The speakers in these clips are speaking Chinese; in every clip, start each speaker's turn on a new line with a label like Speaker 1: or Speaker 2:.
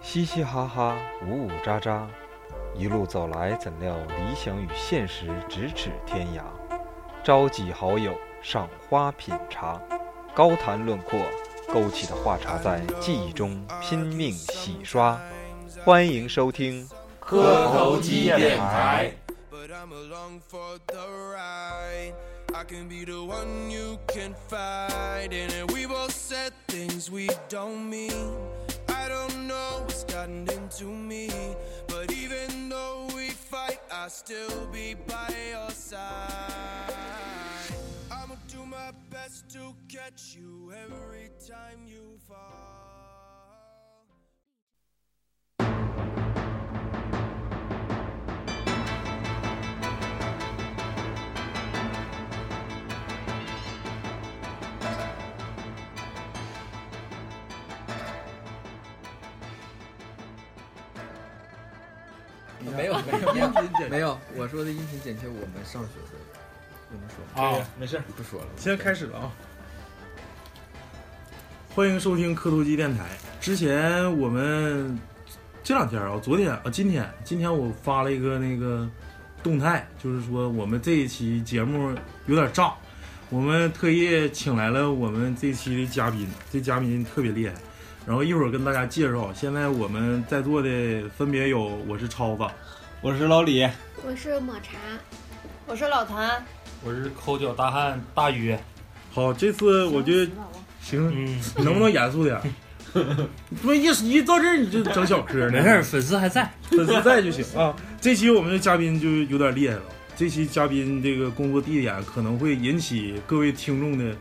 Speaker 1: 嘻嘻哈哈，呜呜喳喳，一路走来，怎料理想与现实咫尺天涯。召集好友，赏花品茶，高谈论阔，勾起的话茬在记忆中拼命洗刷。欢迎收听
Speaker 2: 磕头机电台。
Speaker 3: But I'm along for the ride. I can be the one you can find. And then we both said things we don't mean. I don't know what's gotten into me. But even though we fight, I'll still be by your side. I'ma do my best to catch you every time you fall.
Speaker 4: 没 有没有音频剪没有，我说的音频剪切我们上学时候我们说
Speaker 5: 啊、没事，
Speaker 4: 不说了？
Speaker 5: 现在开始了啊！欢迎收听磕头机电台。之前我们这两天啊，昨天啊，今天今天我发了一个那个动态，就是说我们这一期节目有点炸，我们特意请来了我们这期的嘉宾， 这嘉宾特别厉害。然后一会儿跟大家介绍，现在我们在座的分别有我是超子，
Speaker 6: 我是老李，
Speaker 7: 我是抹茶，
Speaker 8: 我是老谭，
Speaker 9: 我是抠脚大汉大宇，
Speaker 5: 好，这次我就行，
Speaker 9: 嗯
Speaker 5: 你能不能严肃 点儿？你他妈一一到这儿你就整小嗑呢？
Speaker 9: 没事儿，，粉丝还在。
Speaker 5: 粉丝在就行 啊。这期我们的嘉宾就有点厉害了，这期嘉宾这个工作地点可能会引起各位听众的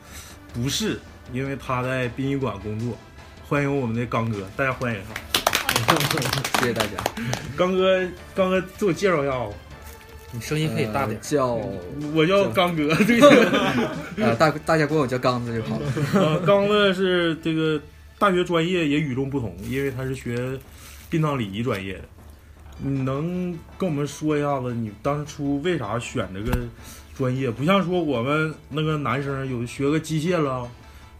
Speaker 5: 不适，因为他在殡仪馆工作。欢迎我们的刚哥，大家欢迎他。
Speaker 4: 谢谢大家。
Speaker 5: 刚哥，刚哥自我介绍一下啊，
Speaker 9: 你声音可以大点
Speaker 4: 呃，叫
Speaker 5: 我叫刚哥，对，
Speaker 4: 呃大大家管我叫刚子就好了。
Speaker 5: 呃，刚子是这个大学专业也与众不同，因为他是学殡葬礼仪专业的。你能跟我们说一下子，你当初为啥选这个专业？不像说我们那个男生有的学个机械了，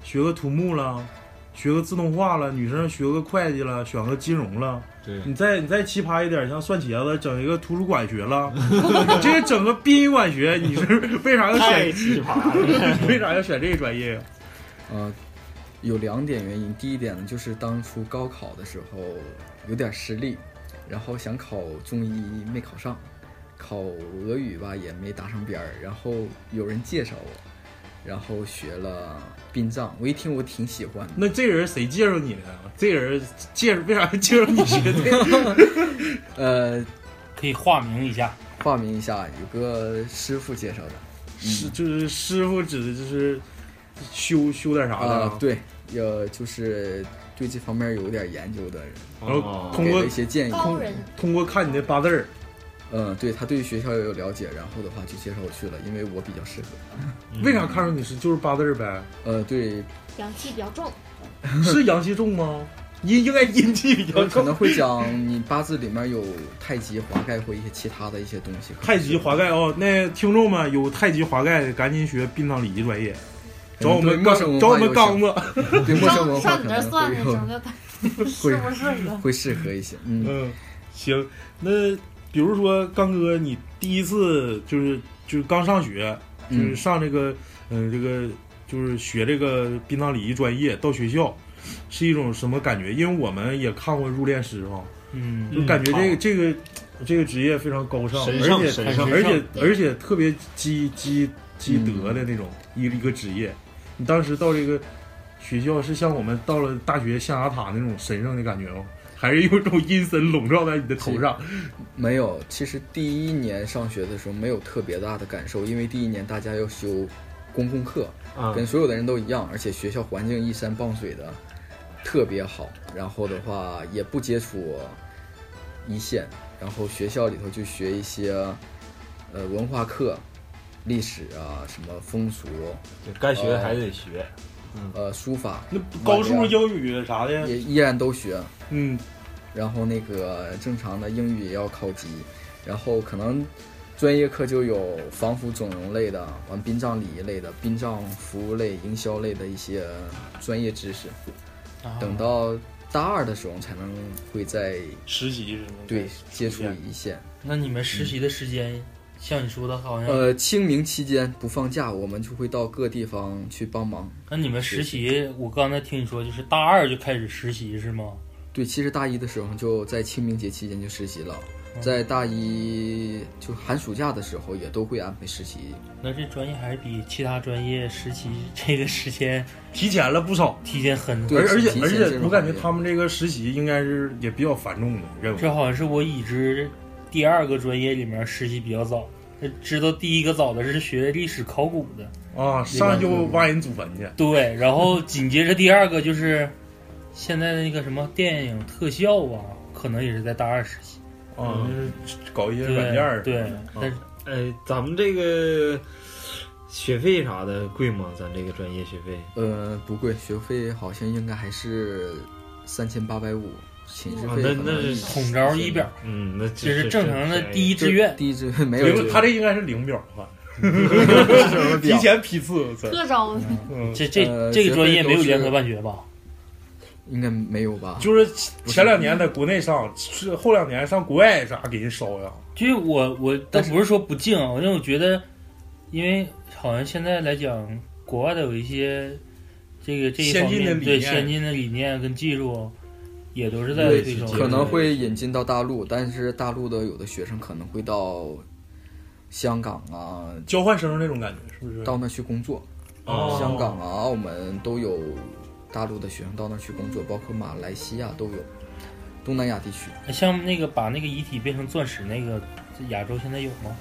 Speaker 5: 学个土木了，学个自动化了，女生学个会计了，选个金融了。
Speaker 6: 对
Speaker 5: 你再你再奇葩一点，像蒜茄子整一个图书馆学了， 你这个整个殡仪馆学，你是为啥要选？
Speaker 9: 奇葩了！
Speaker 5: 为啥要选这个专业啊呀？
Speaker 9: 嗯
Speaker 4: 呃，有两点原因，第一点呢就是当初高考的时候有点失利，然后想考中医没考上，考俄语吧也没搭上边儿，然后有人介绍我，然后学了殡葬，我一听我挺喜欢的。
Speaker 5: 那这人谁介绍你的？这人介为啥 介绍你学这个？
Speaker 4: 呃，
Speaker 9: 可以化名一下，
Speaker 4: 化名一下，有个师傅介绍的。
Speaker 5: 师 就是师傅指的就是修修点啥的
Speaker 4: 啊、，对，呃，就是对这方面有点研究的人，
Speaker 5: 然后通
Speaker 4: 给
Speaker 5: 过
Speaker 4: 了一些建议。
Speaker 8: 高人
Speaker 5: 通过看你的八字儿，
Speaker 4: 嗯，对他对学校也有了解，然后的话就介绍我去了，因为我比较适合。
Speaker 5: 为啥看上你是就是八字儿呗？
Speaker 4: 呃，对，
Speaker 7: 阳气比较重，
Speaker 5: 是阳气重吗？阴应该阴气比较
Speaker 4: 可
Speaker 5: 重
Speaker 4: 能。会讲你八字里面有太极、华盖或一些其他的一些东西。
Speaker 5: 太极华盖哦，那听众们有太极华盖的赶紧学殡葬礼仪专业，找我们
Speaker 4: 嗯对陌
Speaker 5: 刚
Speaker 4: 生文
Speaker 5: 找我
Speaker 4: 化
Speaker 5: 们
Speaker 4: 有
Speaker 5: 刚子。
Speaker 4: 对陌生文化
Speaker 8: 上
Speaker 4: 可
Speaker 8: 你这
Speaker 4: 能
Speaker 8: 算的
Speaker 4: 会
Speaker 8: 整
Speaker 4: 有
Speaker 8: 个 版是不是的？
Speaker 4: 会适合一些。嗯，
Speaker 5: 嗯，行，那比如说刚哥，你第一次就是就是刚上学，就是
Speaker 4: 嗯
Speaker 5: 上这个呃这个就是学这个殡葬礼仪专业到学校，是一种什么感觉？因为我们也看过入殓师哈，
Speaker 9: 嗯，
Speaker 5: 就感觉这个、这个这个职业非常高尚，
Speaker 6: 神圣
Speaker 5: 而且
Speaker 6: 神嗯圣
Speaker 5: 而且而且特别积积积德的那种一个一个职业。你当时到这个学校是像我们到了大学象牙塔那种神圣的感觉吗？还是有一种阴森笼罩在你的头上？
Speaker 4: 没有。其实第一年上学的时候没有特别大的感受，因为第一年大家要修公共课，
Speaker 6: 啊
Speaker 4: 跟所有的人都一样，而且学校环境依山傍水的，特别好。然后的话也不接触一线，然后学校里头就学一些呃文化课、历史啊、什么风俗、
Speaker 6: 该学的还得学。
Speaker 4: 呃书法，
Speaker 5: 哦那高数、英语啥的，
Speaker 4: 也依然都学。
Speaker 5: 嗯，
Speaker 4: 然后那个正常的英语也要考级，然后可能专业课就有防腐整容类的，完殡葬礼仪类的、殡葬服务类、营销类的一些专业知识。等到大二的时候才能会在
Speaker 5: 实习什么的
Speaker 4: 对接触一线。
Speaker 9: 那你们实习的时间，像你说的，好像
Speaker 4: 呃，清明期间不放假，我们就会到各地方去帮忙。
Speaker 9: 那你们实习，我刚才听你说就是大二就开始实习是吗？
Speaker 4: 对，其实大一的时候就在清明节期间就实习了，
Speaker 9: 嗯
Speaker 4: 在大一就寒暑假的时候也都会安排实习。
Speaker 9: 那这专业还是比其他专业实习这个时间
Speaker 5: 提前了不少。
Speaker 9: 提前很多。
Speaker 4: 对
Speaker 5: 而而且
Speaker 4: 提前
Speaker 5: 而
Speaker 4: 进入
Speaker 5: 且，
Speaker 4: 行
Speaker 5: 我感觉
Speaker 4: 业
Speaker 5: 他们这个实习应该是也比较繁重的任务。
Speaker 9: 这好像是啊我已知第二个专业里面实习比较早。知道第一个早的是学历史考古的，
Speaker 5: 啊，上去就挖人祖坟去。啊
Speaker 9: 对，然后紧接着第二个就是现在的那个什么电影特效啊，可能也是在大二实习。
Speaker 5: 啊，就是搞一些软件儿。
Speaker 9: 对，对但是
Speaker 10: 哎，咱们这个学费啥的贵吗？咱这个专业学费
Speaker 4: 呃，不贵，学费好像应该还是三千八百五，寝室
Speaker 10: 啊
Speaker 4: 费
Speaker 10: 那
Speaker 4: 可
Speaker 10: 那
Speaker 4: 能
Speaker 10: 是
Speaker 9: 统招一表，
Speaker 10: 嗯，那
Speaker 9: 这
Speaker 10: 这
Speaker 9: 是正常的第
Speaker 10: 一
Speaker 9: 一志愿。
Speaker 4: 第一志愿没有
Speaker 5: 零，
Speaker 4: 个
Speaker 5: 他这应该是零表吧？提前批次，我操！
Speaker 8: 特招呢？
Speaker 5: 嗯，
Speaker 9: 这这
Speaker 4: 呃
Speaker 9: 这个专业没有
Speaker 4: 学费都是
Speaker 9: 联合办学吧？
Speaker 4: 应该没有吧？
Speaker 5: 就是前两年在国内上，是后两年上国外啥给人烧呀？
Speaker 9: 就是我我倒
Speaker 4: 但是
Speaker 9: 不是说不敬啊，因为我觉得，因为好像现在来讲，国外的有一些这个这一
Speaker 5: 先
Speaker 9: 方
Speaker 5: 进
Speaker 9: 面
Speaker 5: 的理
Speaker 9: 对
Speaker 5: 念
Speaker 9: 先进的理念跟技术，也都是在
Speaker 4: 对
Speaker 9: 推崇的。
Speaker 4: 可能会引进到大陆，但是大陆的有的学生可能会到香港啊，
Speaker 5: 交换生那种感觉是不是？
Speaker 4: 到那去工作。
Speaker 5: 哦
Speaker 4: 香港啊、澳门都有大陆的学生到那去工作，包括马来西亚都有，东南亚地区。
Speaker 9: 像那个把那个遗体变成钻石那个，这亚洲现在有吗？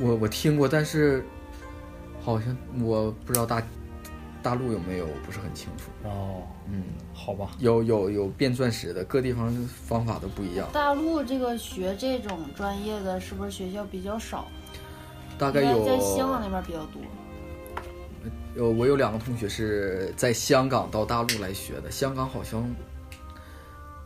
Speaker 4: 我我听过，但是好像我不知道大大陆有没有，不是很清楚。
Speaker 9: 哦，
Speaker 4: 嗯，
Speaker 9: 好吧，
Speaker 4: 有有有变钻石的，各地方方法都不一样，
Speaker 8: 大陆这个学这种专业的，是不是学校比较少？
Speaker 4: 大
Speaker 8: 应
Speaker 4: 概
Speaker 8: 该
Speaker 4: 有
Speaker 8: 在香港那边比较多。
Speaker 4: 有我有两个同学是在香港到大陆来学的，香港好像，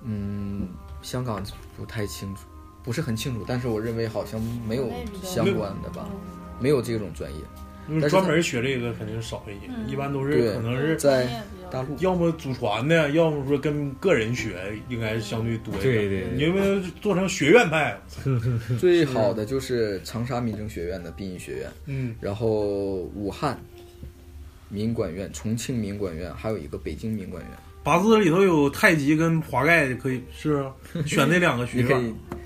Speaker 4: 嗯，香港不太清楚，不是很清楚，但是我认为好像没有
Speaker 8: 国内比较
Speaker 4: 相关的吧，
Speaker 8: 嗯
Speaker 4: 没有这种专业。
Speaker 5: 就是专门学这个肯定少一些，一般都是
Speaker 4: 对
Speaker 5: 可能是
Speaker 4: 在
Speaker 8: 专业比较
Speaker 4: 大陆
Speaker 5: 要么祖传的，要么说跟个人学，应该相对多一点。
Speaker 10: 对对对
Speaker 5: 你有没有做成学院派？
Speaker 4: 最好的就是长沙民政学院的殡仪学院，
Speaker 5: 嗯，
Speaker 4: 然后武汉民管院、重庆民管院，还有一个北京民管院。
Speaker 5: 八字里头有太极跟华盖，可以是啊选那两个 学
Speaker 4: 你可
Speaker 5: 院
Speaker 4: 以，
Speaker 8: 嗯
Speaker 7: 啊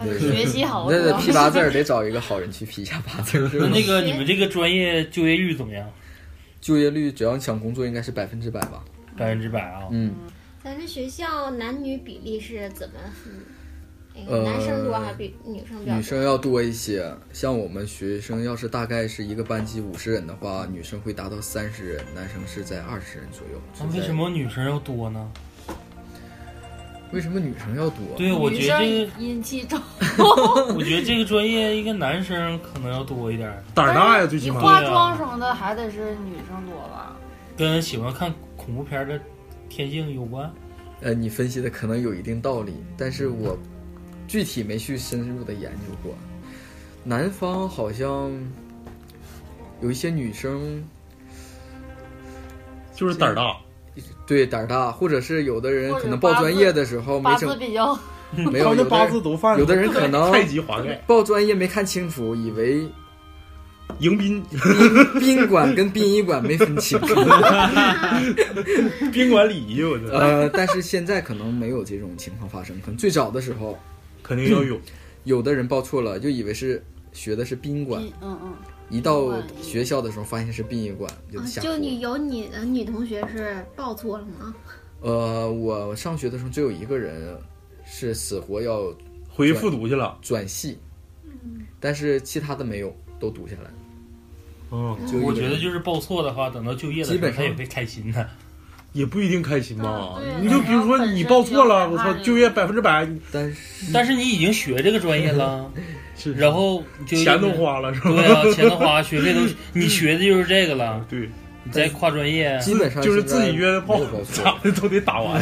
Speaker 8: 还得学习好
Speaker 4: 那得
Speaker 8: 多。
Speaker 4: 批八字儿，得找一个好人去批一下八字儿。是
Speaker 9: 那
Speaker 4: 吧
Speaker 9: 那
Speaker 8: 嗯
Speaker 9: 个你们这个专业就业率怎么样？
Speaker 4: 就业率只要你想工作，应该是百分之百吧？
Speaker 9: 百分之百啊？
Speaker 4: 嗯，
Speaker 7: 咱这学校男女比例是怎么分？哎
Speaker 4: 呃
Speaker 7: 男生多还是比女生比较多？
Speaker 4: 女生要多一些。像我们学生要是大概是一个班级五十人的话，女生会达到三十人，男生是在二十人左右。
Speaker 9: 那哦为什？么女生要多呢？
Speaker 8: 嗯
Speaker 4: 为什么女生要多？
Speaker 9: 对，我
Speaker 8: 女
Speaker 9: 觉得
Speaker 8: 生
Speaker 9: 这个，
Speaker 8: 阴气重，
Speaker 9: 我觉得这个专业应该男生可能要多一点儿，
Speaker 5: 胆儿大呀，最起
Speaker 8: 你
Speaker 5: 码。
Speaker 8: 化妆什么的还得是女生多吧？
Speaker 9: 跟喜欢看恐怖片的天性有关。
Speaker 4: 呃，你分析的可能有一定道理，但是我具体没去深入的研究过。南方好像有一些女生
Speaker 5: 就是胆儿大，
Speaker 4: 对胆儿大，或者是有的人
Speaker 8: 或者
Speaker 4: 可能报专业的时候没
Speaker 8: 八字
Speaker 4: 整
Speaker 8: 比较
Speaker 4: 没
Speaker 5: 他
Speaker 4: 有
Speaker 5: 们的
Speaker 4: 有
Speaker 5: 八
Speaker 4: 的
Speaker 5: 字都犯
Speaker 4: 有的人可 能
Speaker 5: 太极华盖、
Speaker 4: 报专业没看清楚，以为
Speaker 5: 迎宾、
Speaker 4: 宾馆跟殡 仪馆没分清楚。
Speaker 5: 宾馆礼仪，我觉得
Speaker 4: 呃，但是现在可能没有这种情况发生，可能最早的时候
Speaker 5: 肯定要有。
Speaker 4: 有的人报错了，就以为是学的是宾馆，
Speaker 8: 嗯嗯
Speaker 4: 一到学校的时候发现是殡仪馆，就
Speaker 7: 啊
Speaker 4: 吓
Speaker 7: 就
Speaker 4: 哭了
Speaker 7: 你有你的女同学是报错了吗？
Speaker 4: 呃，我上学的时候只有一个人是死活要
Speaker 5: 回去复读去了，
Speaker 4: 转系，
Speaker 7: 嗯
Speaker 4: 但是其他的没有，都读下来。
Speaker 5: 嗯，
Speaker 4: 就一个
Speaker 9: 我觉得
Speaker 4: 人
Speaker 9: 就是报错的话，等到就业的
Speaker 4: 基
Speaker 9: 时候
Speaker 4: 本
Speaker 9: 他
Speaker 4: 上
Speaker 9: 也会开心的。
Speaker 5: 也不一定开心吧
Speaker 8: 啊对。
Speaker 5: 你就比如说你报错了，
Speaker 8: 然后
Speaker 5: 我
Speaker 8: 本身
Speaker 5: 操，
Speaker 8: 就
Speaker 5: 就业百分之百，
Speaker 4: 但是
Speaker 9: 但是你已经学这个专业了，
Speaker 5: 是
Speaker 9: 然后就
Speaker 5: 钱都，花了是吧？
Speaker 9: 对啊，钱都花，学费都你学的就是这个了，
Speaker 5: 对，
Speaker 9: 你再跨专业，啊
Speaker 4: 基本上
Speaker 5: 就是
Speaker 4: 现在
Speaker 5: 自己约的炮
Speaker 4: 没有报， 错
Speaker 5: 咋的都得打 完，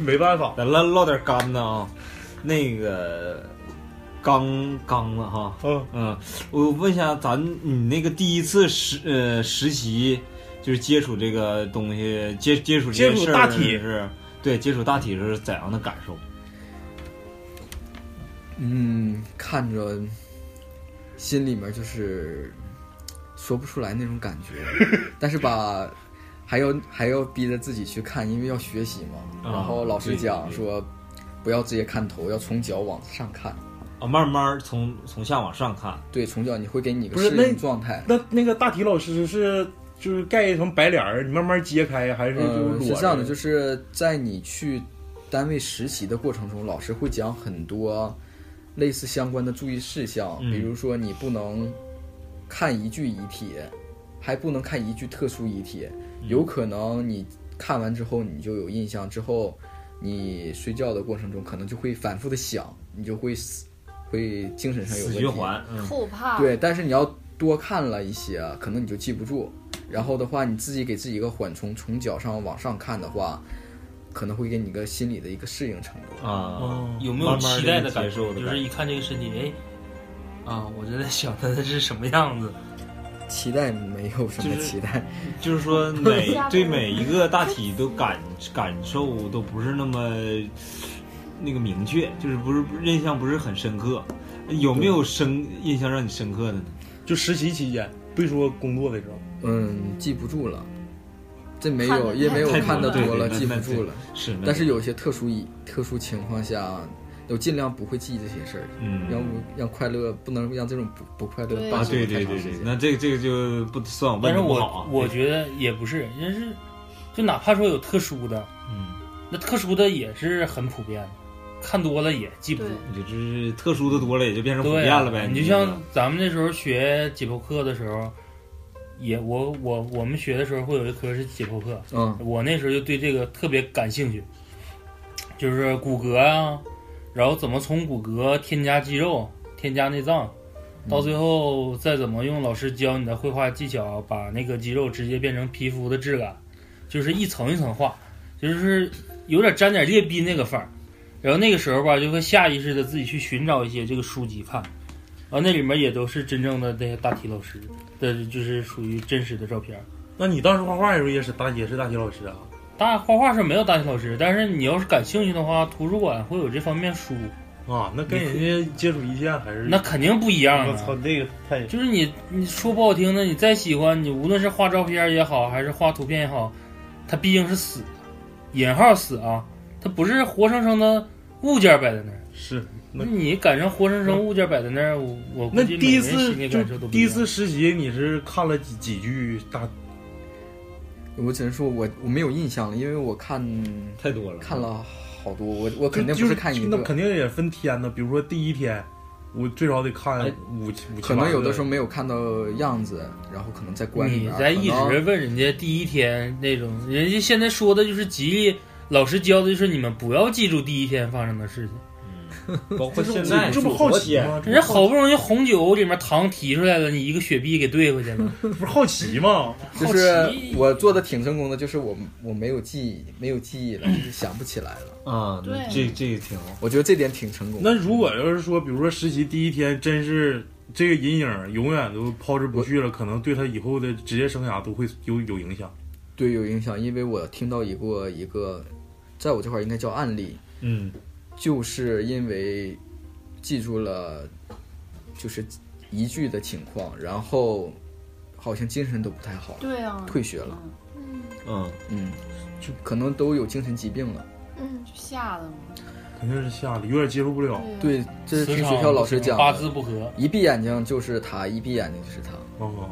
Speaker 5: 没办法。
Speaker 6: 咱唠唠点干的啊，那个刚刚的哈，
Speaker 5: 嗯，
Speaker 6: 嗯，我问一下咱你那个第一次实呃实习
Speaker 10: 就是接触这个东西，接接触
Speaker 5: 接
Speaker 10: 这
Speaker 5: 触
Speaker 10: 个事儿
Speaker 5: 大体
Speaker 10: 是，对，接触大体是怎样的感受？
Speaker 4: 嗯，看着心里面就是说不出来那种感 觉，但是吧，还要还要逼着自己去看，因为要学习嘛。
Speaker 10: 啊
Speaker 4: 然后老师
Speaker 10: 对
Speaker 4: 讲
Speaker 10: 对
Speaker 4: 说，不要直接看头，要从脚往上看。
Speaker 10: 啊，慢慢从从下往上看，
Speaker 4: 对，从脚你会给你一个
Speaker 5: 不是
Speaker 4: 适
Speaker 5: 那
Speaker 4: 应状态。
Speaker 5: 那那个大体老师是就是盖一层白帘儿，你慢慢揭开，还是就
Speaker 4: 嗯，
Speaker 5: 裸
Speaker 4: 是
Speaker 5: 着？
Speaker 4: 这样的，就是在你去单位实习的过程中，老师会讲很多类似相关的注意事项，
Speaker 10: 嗯
Speaker 4: 比如说你不能看一具遗体，还不能看一具特殊遗体，
Speaker 5: 嗯
Speaker 4: 有可能你看完之后你就有印象，之后你睡觉的过程中可能就会反复的想，你就会死会精神上有
Speaker 10: 死
Speaker 4: 问题。
Speaker 10: 循环，嗯，
Speaker 8: 后怕，
Speaker 4: 对，但是你要多看了一些，可能你就记不住。然后的话，你自己给自己一个缓冲，从脚上往上看的话，可能会给你一个心理的一个适应程度。
Speaker 10: 啊，
Speaker 5: 哦
Speaker 9: 有没有期待的
Speaker 10: 慢慢地
Speaker 9: 感
Speaker 10: 接受
Speaker 9: 受？
Speaker 10: 的
Speaker 9: 就
Speaker 10: 感觉
Speaker 9: 是一看这个身体，哎，啊，我就在想它是什么样 子。
Speaker 4: 期待没有什么
Speaker 10: 就是
Speaker 4: 期待，
Speaker 10: 就是说 每对每一个大体都感感受都不是那么那个明确，就是不是不是印象不是很深刻。有没有深印象让你深刻的呢？
Speaker 5: 就实习期间，不是说工作的时候。
Speaker 4: 嗯，记不住了。这没
Speaker 8: 看得
Speaker 4: 有，因为我
Speaker 10: 太
Speaker 4: 看的
Speaker 10: 多了
Speaker 4: 多了，
Speaker 10: 对
Speaker 4: 记不
Speaker 10: 那
Speaker 4: 住了。
Speaker 10: 是，那
Speaker 4: 但是有些特殊一特殊情况下，我尽量不会记这些事儿，让
Speaker 10: 嗯
Speaker 4: 我让快乐不能让这种不不快乐
Speaker 8: 对
Speaker 4: 伴
Speaker 10: 啊，
Speaker 4: 随
Speaker 10: 对
Speaker 4: 我太
Speaker 10: 对
Speaker 4: 长
Speaker 10: 对
Speaker 4: 时
Speaker 10: 对，
Speaker 4: 间。
Speaker 10: 那这个这个就不算我
Speaker 9: 但
Speaker 10: 问
Speaker 9: 是
Speaker 10: 的不
Speaker 9: 我、
Speaker 10: 好啊。
Speaker 9: 我觉得也不是，人是就哪怕说有特殊的，
Speaker 10: 嗯，
Speaker 9: 那特殊的也是很普遍的，看多了也记不
Speaker 8: 对
Speaker 9: 住。
Speaker 10: 你就是特殊的多了，也就变成普
Speaker 9: 对
Speaker 10: 遍
Speaker 9: 啊，
Speaker 10: 了呗。
Speaker 9: 你就像咱们那时候学解剖课的时候，也我我我们学的时候会有一科是解剖课，
Speaker 4: 嗯，
Speaker 9: 我那时候就对这个特别感兴趣，就是骨骼啊，然后怎么从骨骼添加肌肉、添加内脏，到最后再怎么用老师教你的绘画技巧，把那个肌肉直接变成皮肤的质感，就是一层一层画，就是有点沾点列宾那个范儿。然后那个时候吧，就会下意识的自己去寻找一些这个书籍看，然后那里面也都是真正的那些大体老师的，就是属于真实的照片。
Speaker 5: 那你当时画画的时候也是大也是大体老师啊？
Speaker 9: 大画画是没有大体老师，但是你要是感兴趣的话，图书馆会有这方面书，
Speaker 5: 啊，那跟人家接触一下还是
Speaker 9: 那肯定不一样
Speaker 5: 我操
Speaker 9: 啊。，
Speaker 5: 这个太
Speaker 9: 就是你你说不好听的，你再喜欢你，无论是画照片也好，还是画图片也好，它毕竟是死的，引号死啊，它不是活生生的物件摆在那儿。
Speaker 5: 是那
Speaker 9: 那你赶上活生生物件摆在那儿，我我估
Speaker 5: 那
Speaker 9: 计
Speaker 5: 第一
Speaker 9: 每个人
Speaker 5: 次
Speaker 9: 心里
Speaker 5: 就
Speaker 9: 感受都不
Speaker 5: 第一
Speaker 9: 样
Speaker 5: 次实习，你是看了几几句大
Speaker 4: 我只能说我我没有印象了，因为我看
Speaker 10: 太多了，
Speaker 4: 看了好多，我我肯定
Speaker 5: 就
Speaker 4: 不
Speaker 5: 是
Speaker 4: 看一
Speaker 5: 那
Speaker 4: 个，
Speaker 5: 肯定也分天的。比如说第一天，我最少得看
Speaker 10: 哎
Speaker 5: 五七五七
Speaker 4: 可
Speaker 5: 八
Speaker 4: 能
Speaker 5: 个
Speaker 4: 有的时候没有看到样子，然后可能在关里
Speaker 9: 你
Speaker 5: 啊
Speaker 4: 边儿，
Speaker 9: 在
Speaker 4: 可
Speaker 9: 一
Speaker 4: 能
Speaker 9: 直问人家第一天那种，人家现在说的就是吉利老师教的就是你们不要记住第一天发生的事情。
Speaker 10: 包括现
Speaker 5: 这
Speaker 10: 在
Speaker 5: 这不好奇吗？这
Speaker 9: 人
Speaker 4: 嗯
Speaker 9: 家
Speaker 5: 不
Speaker 9: 好不容易红酒里面糖提出来了，你一个雪碧给兑回去了，
Speaker 5: 不是好奇吗？
Speaker 4: 就是
Speaker 9: 好奇
Speaker 4: 我做的挺成功的，就是我我没有记忆，没有记忆了，就是想不起来了。
Speaker 10: 啊，
Speaker 8: 对
Speaker 10: 这这个挺好。
Speaker 4: 我觉得这点挺成功的。
Speaker 5: 那如果要是说，比如说实习第一天，真是这个阴影永远都抛之不去了，可能对他以后的职业生涯都会有有影响。
Speaker 4: 对有影响，因为我听到一个一个，在我这块儿应该叫案例，
Speaker 10: 嗯，
Speaker 4: 就是因为记住了就是一句的情况，然后好像精神都不太好了，
Speaker 8: 对啊，
Speaker 4: 退学了，
Speaker 8: 嗯
Speaker 7: 嗯
Speaker 10: 嗯，
Speaker 4: 嗯，就可能都有精神疾病了。
Speaker 7: 嗯，
Speaker 8: 就吓得嘛，
Speaker 5: 肯定是吓的，有点接受不了。
Speaker 8: 对
Speaker 4: 对，
Speaker 8: 啊，
Speaker 4: 这是
Speaker 9: 磁
Speaker 4: 听
Speaker 9: 场
Speaker 4: 学校老师讲
Speaker 9: 八字
Speaker 4: 的，
Speaker 9: 不合，
Speaker 4: 一闭眼睛就是他，一闭眼睛就是他。
Speaker 5: 哦，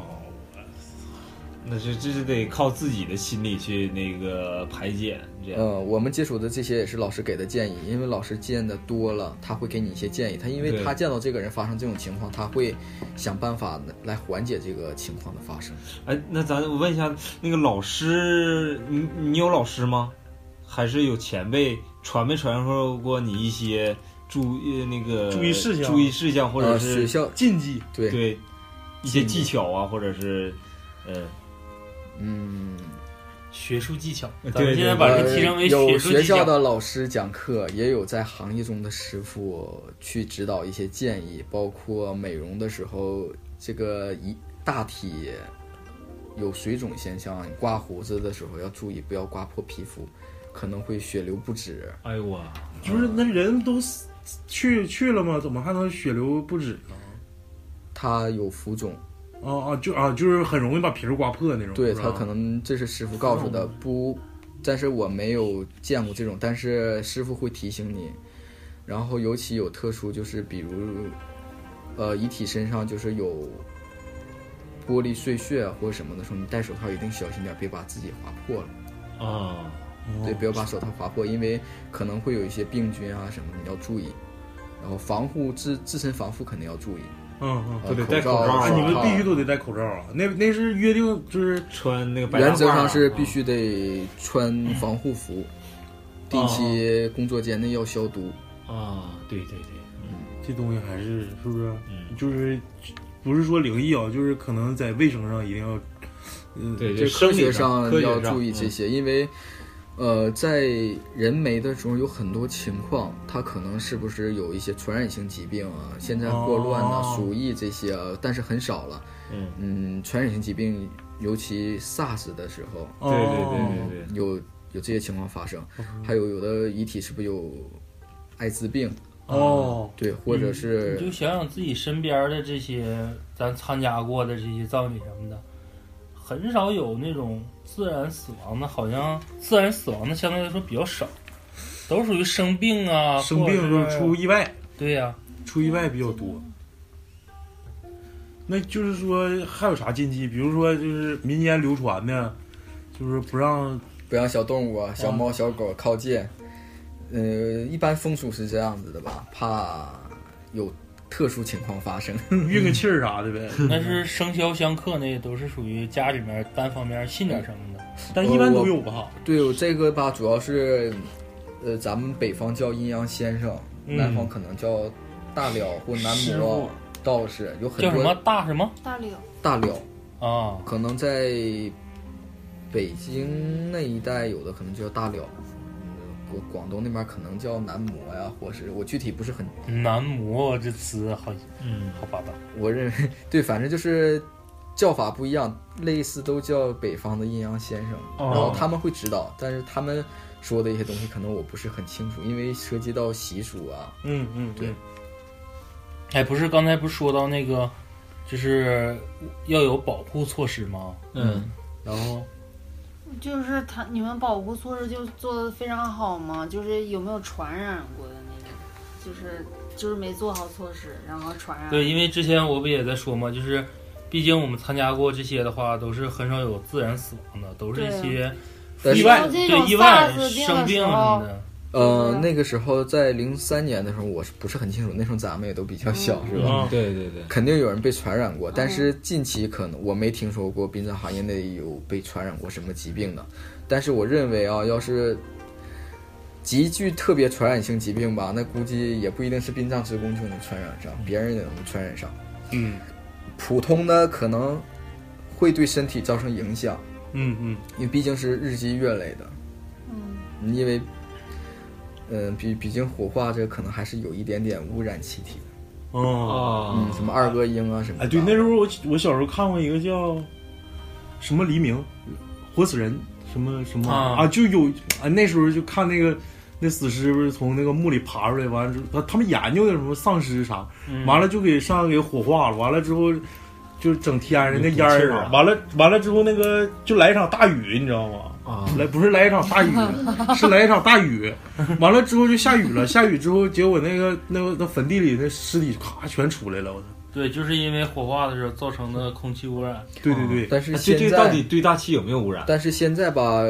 Speaker 10: 那是这是得靠自己的心理去那个排解，这样。
Speaker 4: 呃，我们接触的这些也是老师给的建议，因为老师见的多了，他会给你一些建议。他因为
Speaker 10: 对
Speaker 4: 他见到这个人发生这种情况，他会想办法来缓解这个情况的发生。
Speaker 10: 哎，那咱我问一下，那个老师，你你有老师吗？还是有前辈传没传授过你一些注意那个
Speaker 5: 注意事项
Speaker 10: 注意事项，或者
Speaker 4: 呃，
Speaker 10: 是、
Speaker 4: 学校
Speaker 5: 禁忌
Speaker 4: 对，
Speaker 10: 对一些技巧啊，或者是呃，
Speaker 4: 嗯，
Speaker 9: 学术技巧。
Speaker 10: 对
Speaker 9: 咱们现在
Speaker 10: 对
Speaker 9: 把这
Speaker 4: 呃
Speaker 9: 提升为
Speaker 4: 有
Speaker 9: 术
Speaker 4: 学
Speaker 9: 技巧
Speaker 4: 校。的老师讲课，也有在行业中的师傅去指导一些建议，包括美容的时候，这个一大体有水肿现象，你刮胡子的时候要注意不要刮破皮肤，可能会血流不止。
Speaker 6: 哎呦我，
Speaker 5: 就是那人都死去去了吗？怎么还能血流不止呢？
Speaker 4: 它有浮肿。
Speaker 5: 哦哦，就啊，就是很容易把皮儿刮破那种。
Speaker 4: 对
Speaker 5: 是吧嗯
Speaker 4: 他可能这是师傅告诉的，不，但是我没有见过这种，但是师傅会提醒你。然后尤其有特殊，就是比如，呃，遗体身上就是有玻璃碎屑啊或者什么的时候，你戴手套一定小心点，别把自己划破了。
Speaker 6: 啊，
Speaker 5: 哦
Speaker 4: 对，不要把手套划破，因为可能会有一些病菌啊什么的，你要注意。然后防护自自身防护肯定要注意。
Speaker 5: 嗯嗯，
Speaker 4: 呃
Speaker 5: 都得戴
Speaker 4: 口罩
Speaker 5: 啊！
Speaker 4: 手
Speaker 5: 你们
Speaker 4: 套
Speaker 5: 必须都得戴口罩啊！那那是约定，就是
Speaker 6: 穿那个白大褂儿啊嗯
Speaker 4: 原则上是必须得穿防护服，定期工作间内要消毒。
Speaker 6: 啊，对对对，
Speaker 5: 这东西还是是不是？
Speaker 4: 嗯
Speaker 5: 就是不是说灵异啊，就是可能在卫生上一定要，嗯，
Speaker 6: 对
Speaker 4: 这
Speaker 6: 就
Speaker 4: 科
Speaker 6: 生
Speaker 4: 学
Speaker 6: 理
Speaker 4: 上
Speaker 6: 科学
Speaker 4: 要
Speaker 6: 上嗯
Speaker 4: 注意这些，因为呃，在人没的时候有很多情况，它可能是不是有一些传染性疾病啊，现在霍乱呐、
Speaker 5: 哦
Speaker 4: 鼠疫这些啊，但是很少了。
Speaker 6: 嗯
Speaker 4: 传染性疾病，尤其 SARS 的时候，
Speaker 5: 哦对对
Speaker 6: 对对对
Speaker 4: 有有这些情况发生，还有有的遗体是不是有艾滋病？
Speaker 5: 哦
Speaker 4: 对，或者
Speaker 6: 嗯
Speaker 4: 是
Speaker 9: 嗯你就想想自己身边的这些咱参加过的这些葬礼什么的，很少有那种自然死亡的，好像自然死亡的相对来说比较少，都属于生病啊，
Speaker 5: 生病就
Speaker 9: 或者
Speaker 5: 是
Speaker 9: 是
Speaker 5: 出意外，
Speaker 9: 对呀、
Speaker 5: 出意外比较多。那就是说还有啥禁忌？比如说就是民间流传的，就是不让
Speaker 4: 不让小动物啊，小
Speaker 5: 啊
Speaker 4: 猫小狗靠近。呃，一般风俗是这样子的吧，怕有特殊情况发生。
Speaker 5: 运个气儿啥的呗。
Speaker 9: 但是生肖相克那都是属于家里面单方面信点什么的，
Speaker 5: 但一般都有吧？
Speaker 4: 对，我这个吧，主要是，呃，咱们北方叫阴阳先生，
Speaker 5: 嗯
Speaker 4: 南方可能叫大了或男
Speaker 5: 师
Speaker 4: 模
Speaker 5: 傅、
Speaker 4: 道士，有很
Speaker 9: 叫什么
Speaker 4: 多
Speaker 9: 大什么
Speaker 8: 大柳，
Speaker 4: 大了，
Speaker 9: 啊？
Speaker 4: 可能在北京那一带有的可能就叫大了。嗯广广东那边可能叫男模呀，或是我具体不是很
Speaker 9: 男模这词好
Speaker 6: 嗯，
Speaker 9: 好霸道。
Speaker 4: 我认为对，反正就是叫法不一样，类似都叫北方的阴阳先生，然后他们会指导，但是他们说的一些东西可能我不是很清楚，因为涉及到习俗啊。
Speaker 5: 嗯嗯，
Speaker 4: 对。
Speaker 9: 哎，不是刚才不是说到那个，就是要有保护措施吗？
Speaker 6: 嗯，
Speaker 9: 然后
Speaker 8: 就是他你们保护措施就做的非常好嘛，就是有没有传染过的那种，就是就是没做好措施，然后传染。
Speaker 9: 对，因为之前我不也在说嘛，就是毕竟我们参加过这些的话，都是很少有自然死亡的，都是一些
Speaker 4: 但
Speaker 9: 意
Speaker 4: 是
Speaker 9: 外，
Speaker 8: 啊有这种
Speaker 9: 对意外
Speaker 8: SARS 病的
Speaker 9: 生病
Speaker 8: 时
Speaker 9: 什
Speaker 8: 候
Speaker 9: 么的。
Speaker 4: 呃，那个时候在零三年的时候，我是不是很清楚？那时候咱们也都比较小，是吧？
Speaker 5: 啊
Speaker 6: 对对对，
Speaker 4: 肯定有人被传染过，但是近期可能我没听说过殡葬行业内有被传染过什么疾病的。但是我认为啊，要是极具特别传染性疾病吧，那估计也不一定是殡葬职工就能传染上，别人也能传染上。
Speaker 5: 嗯
Speaker 4: 普通的可能会对身体造成影响，
Speaker 5: 嗯嗯，
Speaker 4: 因为毕竟是日积月累的。
Speaker 8: 嗯，
Speaker 4: 因为，嗯、比毕竟火化这可能还是有一点点污染气体的，
Speaker 5: 哦。
Speaker 6: 啊
Speaker 4: 嗯，什么二恶英啊什么的。
Speaker 5: 哎，对，那时候我我小时候看过一个叫什么黎明，活死人什么什么
Speaker 9: 啊
Speaker 5: 就有啊，那时候就看那个那死尸不是从那个墓里爬出来，完了之后他他们研究的什么丧尸啥，完了就给上给火化了，完了之后就整天那个烟
Speaker 6: 有毒
Speaker 5: 儿
Speaker 6: 气儿啊
Speaker 5: 啊，完了完了之后那个就来一场大雨，你知道吗？
Speaker 6: 啊，
Speaker 5: 来不是来一场大雨，是来一场大雨，完了之后就下雨了，下雨之后结果那个那个那坟地里那尸体咔全出来了，我操！
Speaker 9: 对，就是因为火化的时候造成的空气污染。
Speaker 5: 对对啊对，
Speaker 4: 但是
Speaker 6: 那
Speaker 4: 现
Speaker 6: 这
Speaker 4: 在，
Speaker 6: 这个到底对大气有没有污染？
Speaker 4: 但是现在吧，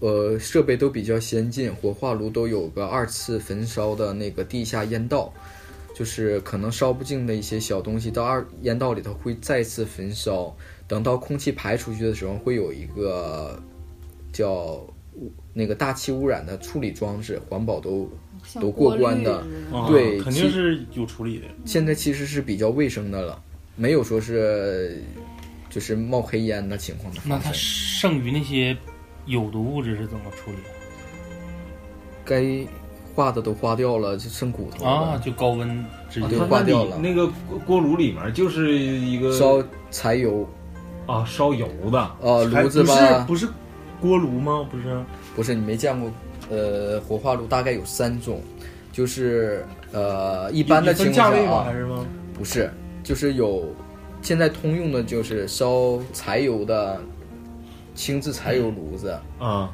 Speaker 4: 呃，设备都比较先进，火化炉都有个二次焚烧的那个地下烟道，就是可能烧不尽的一些小东西到二烟道里头会再次焚烧，等到空气排出去的时候会有一个叫污那个大气污染的处理装置，环保都
Speaker 8: 像
Speaker 4: 都过关
Speaker 8: 滤
Speaker 4: 的
Speaker 8: 似
Speaker 9: 嗯
Speaker 8: 的
Speaker 5: 啊
Speaker 4: 对
Speaker 5: 肯定是有处理的。
Speaker 4: 现在其实是比较卫生的了，没有说是就是冒黑烟的情况的
Speaker 9: 那
Speaker 4: 发
Speaker 9: 它
Speaker 4: 生。
Speaker 9: 剩余那些有毒物质是怎么处理啊
Speaker 4: 该化的都化掉了，就剩骨头了。
Speaker 9: 啊？就高温直
Speaker 4: 啊
Speaker 9: 接
Speaker 4: 对
Speaker 6: 它
Speaker 4: 化
Speaker 6: 那
Speaker 4: 掉
Speaker 6: 里
Speaker 4: 了
Speaker 6: 那个锅锅炉里面就是一个
Speaker 4: 烧柴油，
Speaker 6: 啊，烧油的啊，
Speaker 4: 炉子吧
Speaker 5: 还不是不是锅炉吗？不是，
Speaker 4: 不是你没见过，呃，火化炉大概有三种，就是呃一般的
Speaker 5: 有有
Speaker 4: 情
Speaker 5: 分
Speaker 4: 况
Speaker 5: 价位
Speaker 4: 下
Speaker 5: 吗？
Speaker 4: 啊
Speaker 5: 还，是吗？
Speaker 4: 不是，就是有现在通用的就是烧柴油的轻质柴油炉子，
Speaker 6: 啊，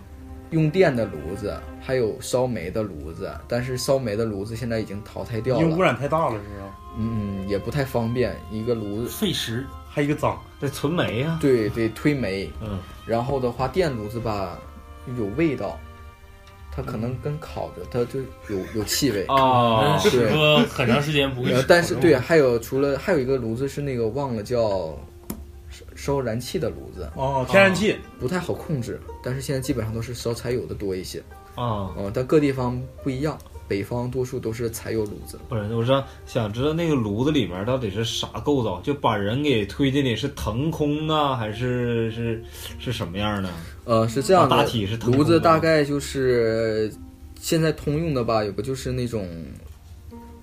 Speaker 4: 用电的炉子，还有烧煤的炉子，但是烧煤的炉子现在已经淘汰掉
Speaker 5: 因为污
Speaker 4: 了，
Speaker 5: 染太大了，是不是？
Speaker 4: 嗯，也不太方便，一个炉子
Speaker 9: 费时。
Speaker 5: 还有一个脏，
Speaker 6: 这纯煤呀，
Speaker 4: 对得推煤，
Speaker 6: 嗯，
Speaker 4: 然后的话电炉子吧有味道，它可
Speaker 6: 嗯
Speaker 4: 能跟烤的它就有有气味。
Speaker 6: 啊
Speaker 9: 嗯，
Speaker 4: 是
Speaker 9: 史哥很长时间不 会
Speaker 4: 呃
Speaker 9: 使，
Speaker 4: 但是
Speaker 9: 用
Speaker 4: 对，还有除了还有一个炉子是那个忘了叫烧烧燃气的炉子，
Speaker 5: 哦，天然气，
Speaker 4: 不太好控制，但是现在基本上都是烧柴油的多一些，
Speaker 6: 啊，
Speaker 4: 嗯、但各地方不一样，北方多数都是柴油炉子，
Speaker 6: 不是，我说想知道那个炉子里面到底是啥构造，就把人给推进里是腾空呢，还是是是什么样呢？
Speaker 4: 呃，是这样的，
Speaker 6: 啊大体是腾空
Speaker 4: 炉子
Speaker 6: 的
Speaker 4: 大概就是现在通用的吧，有个就是那种，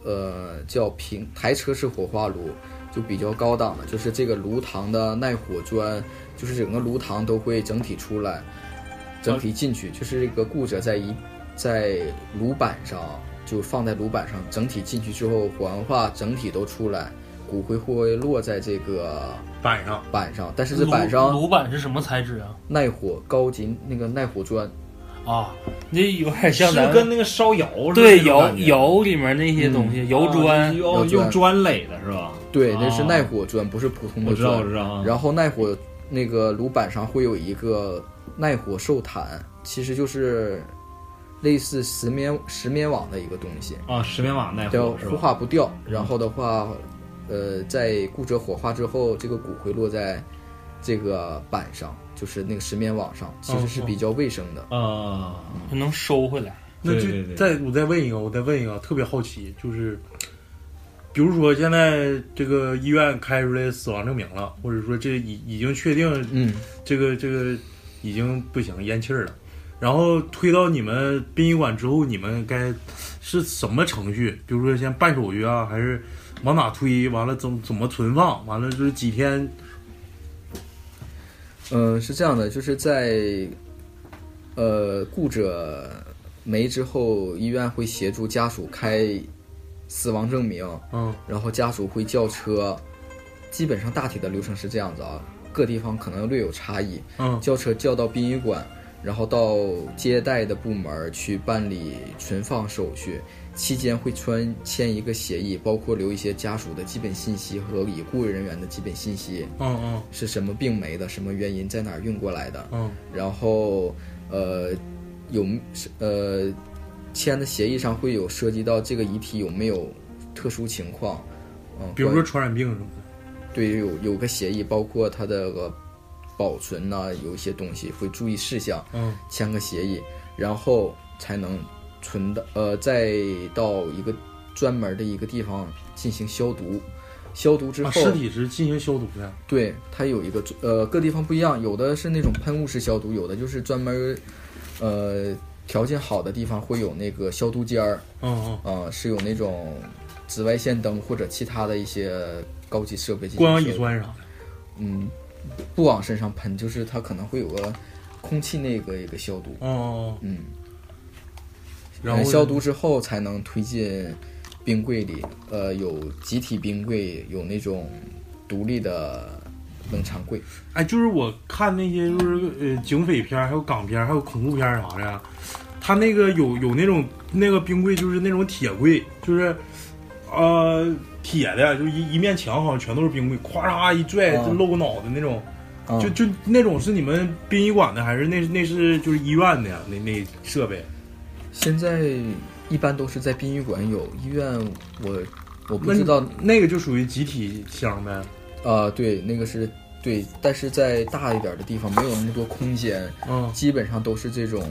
Speaker 4: 呃，叫平台车式火化炉，就比较高档的，就是这个炉膛的耐火砖，就是整个炉膛都会整体出来，整体进去，就是这个固者在一在炉板上就放在炉板上，整体进去之后，火完化整体都出来，骨灰会落在这个
Speaker 5: 板上
Speaker 4: 板上，但是这板上
Speaker 9: 炉炉板是什么材质啊？
Speaker 4: 耐火高级那个耐火砖，
Speaker 9: 啊，那有点
Speaker 6: 是
Speaker 9: 像
Speaker 6: 不是
Speaker 9: 咱
Speaker 6: 跟那个烧窑似的
Speaker 9: 对
Speaker 6: 那种
Speaker 9: 窑
Speaker 6: 感觉
Speaker 9: 窑里面那些东西，窑
Speaker 6: 啊
Speaker 9: 砖
Speaker 6: 用
Speaker 4: 砖
Speaker 6: 用砖垒的是吧？
Speaker 4: 对，那
Speaker 6: 啊
Speaker 4: 是耐火砖，不是普通
Speaker 6: 我
Speaker 4: 的
Speaker 6: 知道，我
Speaker 4: 砖。
Speaker 6: 知道啊。
Speaker 4: 然后耐火那个炉板上会有一个耐火寿毯，其实就是类似石棉石棉网的一个东西，
Speaker 6: 啊，石棉瓦耐
Speaker 4: 叫
Speaker 6: 火是
Speaker 4: 孵
Speaker 6: 吧？嗯
Speaker 4: 化不掉。然后的话，呃，在固者火化之后，这个骨灰落在这个板上，就是那个石棉网上，其
Speaker 6: 嗯
Speaker 4: 实是比较卫生的。
Speaker 6: 啊，
Speaker 9: 就能收回来。
Speaker 5: 那就
Speaker 6: 对对对
Speaker 5: 再我再问一个，我再问一个，特别好奇，就是比如说现在这个医院开出来死亡证明了，或者说这已已经确定
Speaker 4: 嗯，
Speaker 5: 这个这个已经不行咽气儿了，然后推到你们殡仪馆之后，你们该是什么程序？比如说先办手续啊，还是往哪推？完了怎怎么存放？完了就是几天
Speaker 4: 嗯，是这样的，就是在呃故者没之后，医院会协助家属开死亡证明，
Speaker 5: 嗯，
Speaker 4: 然后家属会叫车，基本上大体的流程是这样子啊，各地方可能略有差异。
Speaker 5: 嗯
Speaker 4: 叫车叫到殡仪馆，然后到接待的部门儿去办理存放手续，期间会签签一个协议，包括留一些家属的基本信息和已故人员的基本信息。
Speaker 5: 嗯嗯
Speaker 4: 是什么病没的，什么原因，在哪儿运过来的，
Speaker 5: 嗯
Speaker 4: 然后呃有是呃签的协议上会有涉及到这个遗体有没有特殊情况，嗯，
Speaker 5: 比如说
Speaker 4: 关
Speaker 5: 传染病什么的。
Speaker 4: 对有有个协议，包括它的呃保存呐、有一些东西会注意事项，
Speaker 5: 嗯，
Speaker 4: 签个协议，然后才能存的呃再到一个专门的一个地方进行消毒。消毒之后，
Speaker 5: 啊，尸体是进行消毒的。
Speaker 4: 对，它有一个呃，各地方不一样，有的是那种喷雾式消毒，有的就是专门儿，呃，条件好的地方会有那个消毒间儿，
Speaker 5: 嗯嗯，
Speaker 4: 呃，是有那种紫外线灯或者其他的一些高级设备进行
Speaker 5: 过氧乙
Speaker 4: 消毒，
Speaker 5: 酸啥的。
Speaker 4: 嗯，不往身上喷，就是它可能会有个空气那个一个消毒，
Speaker 5: 哦哦，哦
Speaker 4: 嗯，
Speaker 5: 然后
Speaker 4: 消毒之后才能推进冰柜里，呃，有集体冰柜，有那种独立的冷藏柜。
Speaker 5: 哎，就是我看那些就是呃警匪片儿，还有港片儿，还有恐怖片儿啥的，他那个有有那种那个冰柜，就是那种铁柜，就是呃铁的，就一一面墙好像全都是冰柜，咵嚓一拽
Speaker 4: 啊
Speaker 5: 就露个脑袋那种，
Speaker 4: 啊
Speaker 5: 就就那种是你们殡仪馆的还是那那是就是医院的呀？那那设备？
Speaker 4: 现在一般都是在殡仪馆有，医院我我不
Speaker 5: 那
Speaker 4: 知道，
Speaker 5: 那个就属于集体箱呗。
Speaker 4: 啊，对，那个是对，但是在大一点的地方没有那么多空间，
Speaker 5: 嗯
Speaker 4: 基本上都是这种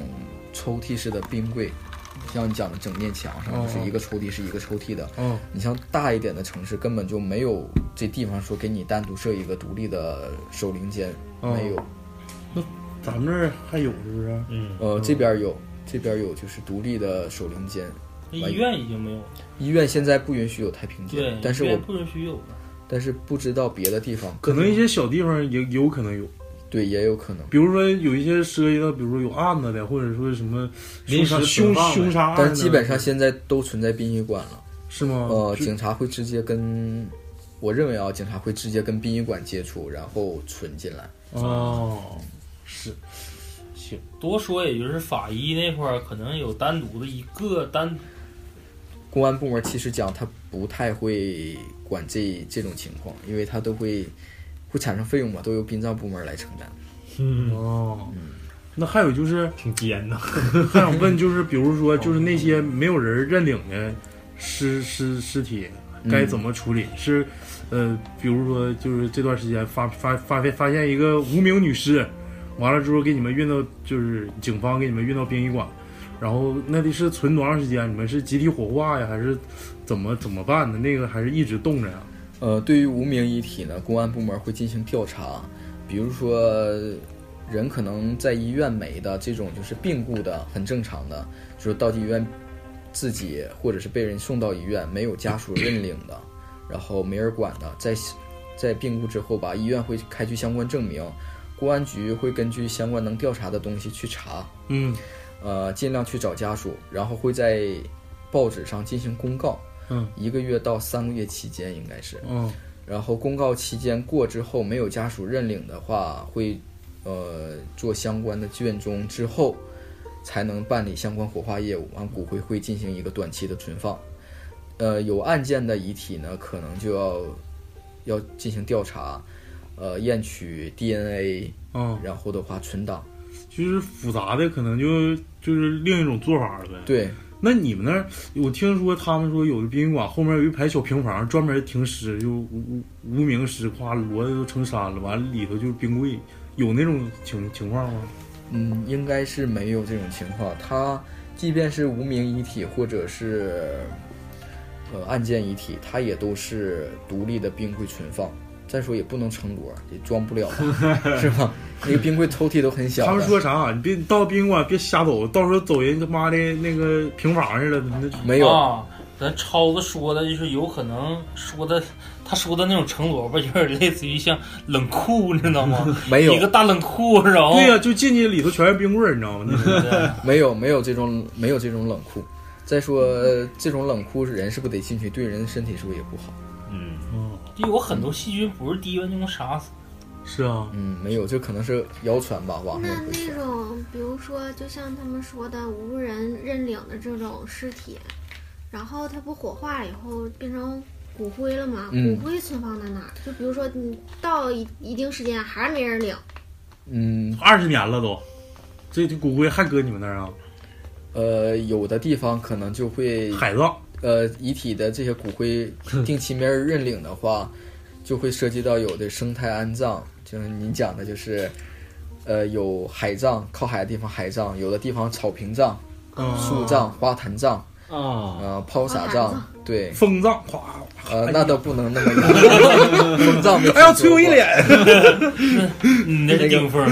Speaker 4: 抽屉式的冰柜，像你讲的整面墙上
Speaker 5: 哦
Speaker 4: 就是一个抽屉是一个抽屉的。
Speaker 5: 嗯
Speaker 4: 你像大一点的城市，根本就没有这地方说给你单独设一个独立的守灵间，
Speaker 5: 哦
Speaker 4: 没有。
Speaker 5: 咱们这儿还有是不是？
Speaker 6: 嗯，
Speaker 4: 呃，这边有，这边有就是独立的守灵间。
Speaker 9: 医院已经没有了，
Speaker 4: 医院现在不允许有太平间
Speaker 9: 对，，
Speaker 4: 但是
Speaker 9: 医
Speaker 4: 我
Speaker 9: 院不允许有了。
Speaker 4: 但是不知道别的地方，
Speaker 5: 可能一些小地方也有可能有，
Speaker 4: 对，也有可能。
Speaker 5: 比如说有一些涉及到，比如说有案子的，或者说什么
Speaker 10: 临
Speaker 5: 凶杀
Speaker 10: 时
Speaker 5: 凶
Speaker 10: 存放的
Speaker 5: 凶杀案的，
Speaker 4: 但基本上现在都存在殡仪馆了。
Speaker 5: 是吗？
Speaker 4: 呃，
Speaker 5: 哦是
Speaker 4: 警察会直接跟，我认为啊，警察会直接跟殡仪馆接触，然后存进来。
Speaker 5: 哦，是行，
Speaker 9: 多说也就是法医那块儿可能有单独的一个单，
Speaker 4: 公安部门其实讲他不太会管这这种情况，因为他都会会产生费用嘛，都由殡葬部门来承担。
Speaker 10: 嗯，
Speaker 5: 哦。那还有就是，
Speaker 10: 挺尖哦呐。
Speaker 5: 还想问就是，比如说，就是那些没有人认领的尸尸尸体，
Speaker 10: 嗯
Speaker 5: 该怎么处理？是，呃，比如说，就是这段时间发发发现发现一个无名女尸，完了之后给你们运到，就是警方给你们运到殡仪馆，然后那得是存多长时间？你们是集体火化呀，还是怎么怎么办呢？那个还是一直冻着呀？
Speaker 4: 呃，对于无名遗体呢，公安部门会进行调查，比如说人可能在医院没的这种就是病故的，很正常的，就是到医院自己或者是被人送到医院，没有家属认领的，然后没人管的，在在病故之后吧，医院会开具相关证明，公安局会根据相关能调查的东西去查，
Speaker 5: 嗯
Speaker 4: 呃，尽量去找家属，然后会在报纸上进行公告，
Speaker 5: 嗯
Speaker 4: 一个月到三个月期间应该是。
Speaker 5: 嗯
Speaker 4: 然后公告期间过之后，没有家属认领的话，会呃做相关的卷宗之后，才能办理相关火化业务，完骨灰会进行一个短期的存放。呃，有案件的遗体呢，可能就要要进行调查，呃，验取 DNA，
Speaker 5: 嗯，
Speaker 4: 然后的话存档。
Speaker 5: 就是复杂的，可能就就是另一种做法了呗。
Speaker 4: 对，
Speaker 5: 那你们那儿，我听说他们说有的殡仪馆后面有一排小平房，专门停尸，就无无无名尸，夸摞的都成山了，完了里头就是冰柜，有那种情情况吗？
Speaker 4: 嗯，应该是没有这种情况。他即便是无名遗体或者是呃案件遗体，它也都是独立的冰柜存放。再说也不能成摞，也装不了吧，是吧？那个冰柜抽屉都很小的。
Speaker 5: 他们说啥？你别到殡仪馆别瞎走，到时候走人他妈的那个平房去了，那
Speaker 4: 没有，
Speaker 9: 啊，咱超子说的就是有可能说的，他说的那种成萝卜，有点类似于像冷库，你知道吗？
Speaker 4: 没
Speaker 9: 一个
Speaker 4: 有，
Speaker 9: 大冷库，然后
Speaker 5: 对呀、就进去里头全是啊冰棍儿，你知道 吗？那个
Speaker 4: 没有，没有这种，没有这种冷库。再说呃这种冷库人是不得进去，对人身体是不是也不好？
Speaker 10: 嗯，
Speaker 5: 嗯，
Speaker 9: 就有很多细菌不是低温就能杀死。
Speaker 5: 是啊，
Speaker 4: 嗯，没有，这可能是谣传吧，网
Speaker 7: 那
Speaker 4: 上会
Speaker 7: 那
Speaker 4: 说。
Speaker 7: 种，比如说，就像他们说的无人认领的这种尸体，然后它不火化以后变成骨灰了吗？
Speaker 4: 嗯
Speaker 7: 骨灰存放在哪儿？就比如说你到一一定时间还是没人领，
Speaker 4: 嗯，
Speaker 5: 二十年了都，这这骨灰还搁你们那儿啊？
Speaker 4: 呃，有的地方可能就会
Speaker 5: 海葬
Speaker 4: 呃遗体的这些 骨灰定期没人认领的话，就会涉及到有的生态安葬，就是您讲的就是，呃，有海葬，靠海的地方海葬，有的地方草坪葬、树
Speaker 5: 嗯
Speaker 4: 葬、
Speaker 5: 哦
Speaker 4: 花坛葬，
Speaker 10: 啊，
Speaker 4: 呃，抛
Speaker 7: 花
Speaker 4: 洒
Speaker 7: 坛
Speaker 4: 葬
Speaker 7: 葬，
Speaker 4: 对，
Speaker 5: 风葬，哗，
Speaker 4: 呃，那倒不能 那么严重，风葬没听说过。
Speaker 5: 哎呀，吹我一脸。
Speaker 9: 你那是顶峰，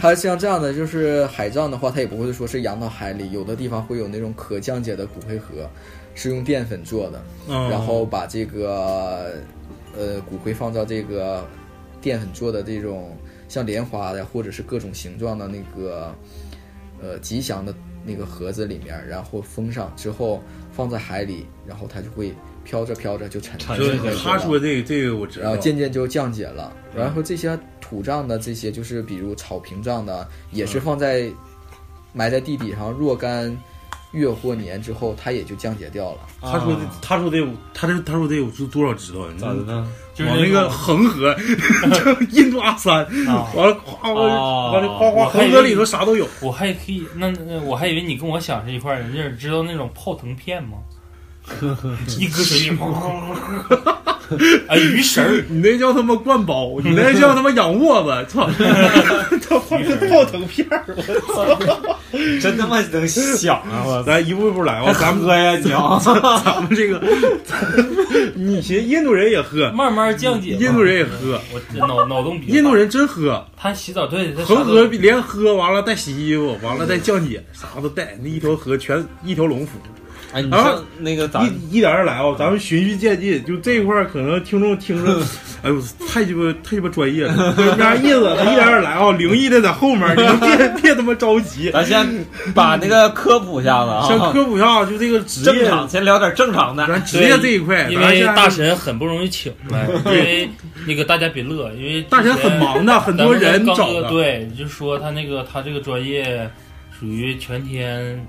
Speaker 4: 它像这样的，就是海葬的话，它也不会说是扬到海里，有的地方会有那种可降解的骨灰盒，是用淀粉做的，
Speaker 5: 嗯
Speaker 4: 然后把这个呃骨灰放到这个淀粉做的这种像莲花的或者是各种形状的那个呃吉祥的那个盒子里面，然后封上之后放在海里，然后它就会飘着飘着就沉
Speaker 10: 沉
Speaker 5: 就
Speaker 4: 沉
Speaker 5: 是
Speaker 10: 对
Speaker 4: 下去
Speaker 5: 他
Speaker 4: 了。
Speaker 5: 说这个这个我知
Speaker 4: 然
Speaker 5: 道
Speaker 4: 后，渐渐就降解了。然后这些土葬的这些，就是比如草坪葬的，也是放
Speaker 5: 嗯
Speaker 4: 在埋在地底上若干月或年之后，它也就降解掉了。
Speaker 5: 他说的他说的有他这他说的有多少知道？啊你
Speaker 10: 咋的呢？
Speaker 9: 就是
Speaker 5: 往那
Speaker 9: 种
Speaker 5: 个恒河，就印度阿三，
Speaker 9: 啊。
Speaker 5: 完了哗完了
Speaker 10: 啊
Speaker 5: 完了哗哗，
Speaker 9: 我还以为
Speaker 5: 恒河里头啥都有。
Speaker 9: 我还可以，那那我还以为你跟我想是一块儿的。你知道那种泡腾片 吗？一搁水里，哗哗哗哗哗啊，鱼食儿，
Speaker 5: 你那叫他妈灌包，你那叫他妈养窝子，操！他画个爆腾片儿，
Speaker 10: 真他妈能想 啊！我
Speaker 5: 咱一步一步来啊，咱
Speaker 10: 咱
Speaker 5: 们
Speaker 10: 喝呀，你啊，
Speaker 5: 咱们这个，你寻印度人也喝，
Speaker 9: 慢慢降解嘛。
Speaker 5: 印度人也喝，
Speaker 9: 我这脑脑洞比较大
Speaker 5: 印度人真喝，
Speaker 9: 他洗澡对，他啥
Speaker 5: 恒
Speaker 9: 都
Speaker 5: 河连喝完了带洗衣服，完了带降解，啥都带，那一条河全一条龙服。
Speaker 6: 哎，你
Speaker 5: 然后
Speaker 6: 像那个咱
Speaker 5: 一一点儿一点儿来啊、咱们循序渐进。就这一块儿，可能听众听着，哎呦，太鸡巴太鸡巴专业了，就是那样意思。一点儿一点儿来啊、灵异的在后面，你们别别他妈着急。
Speaker 6: 咱先把那个科普一下子啊，
Speaker 5: 先科普一下，就这个 职
Speaker 6: 正
Speaker 5: 业，
Speaker 6: 常，先聊点正常的。
Speaker 5: 咱职业这一块，
Speaker 9: 因
Speaker 5: 咱
Speaker 9: 为
Speaker 5: 现在
Speaker 9: 大神很不容易请来，因为那个大家别乐，因为
Speaker 5: 大神很忙的，很
Speaker 9: 咱
Speaker 5: 多
Speaker 9: 们
Speaker 5: 人
Speaker 9: 刚
Speaker 5: 找
Speaker 9: 哥
Speaker 5: 的。
Speaker 9: 对，就是说他那个他这个专业属于全天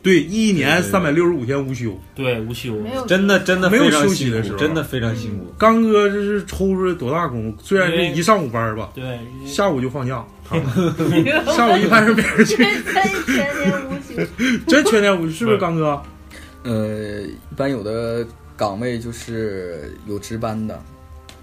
Speaker 5: 对，一年三百六十五天无休。
Speaker 9: 对无休，
Speaker 8: 没有
Speaker 6: 真的真的
Speaker 5: 没有
Speaker 6: 非常
Speaker 5: 休息
Speaker 6: 辛
Speaker 5: 的
Speaker 6: 苦
Speaker 5: 时候
Speaker 6: 真的非常辛苦。
Speaker 5: 刚哥这是抽出来多大功夫？虽然是一上午班儿吧，
Speaker 9: 对，
Speaker 5: 下午就放假，下 午一般是 没人去，
Speaker 7: 真全年无休。
Speaker 5: 真全天无，是不是刚哥？
Speaker 4: 呃，一般有的岗位就是有值班的，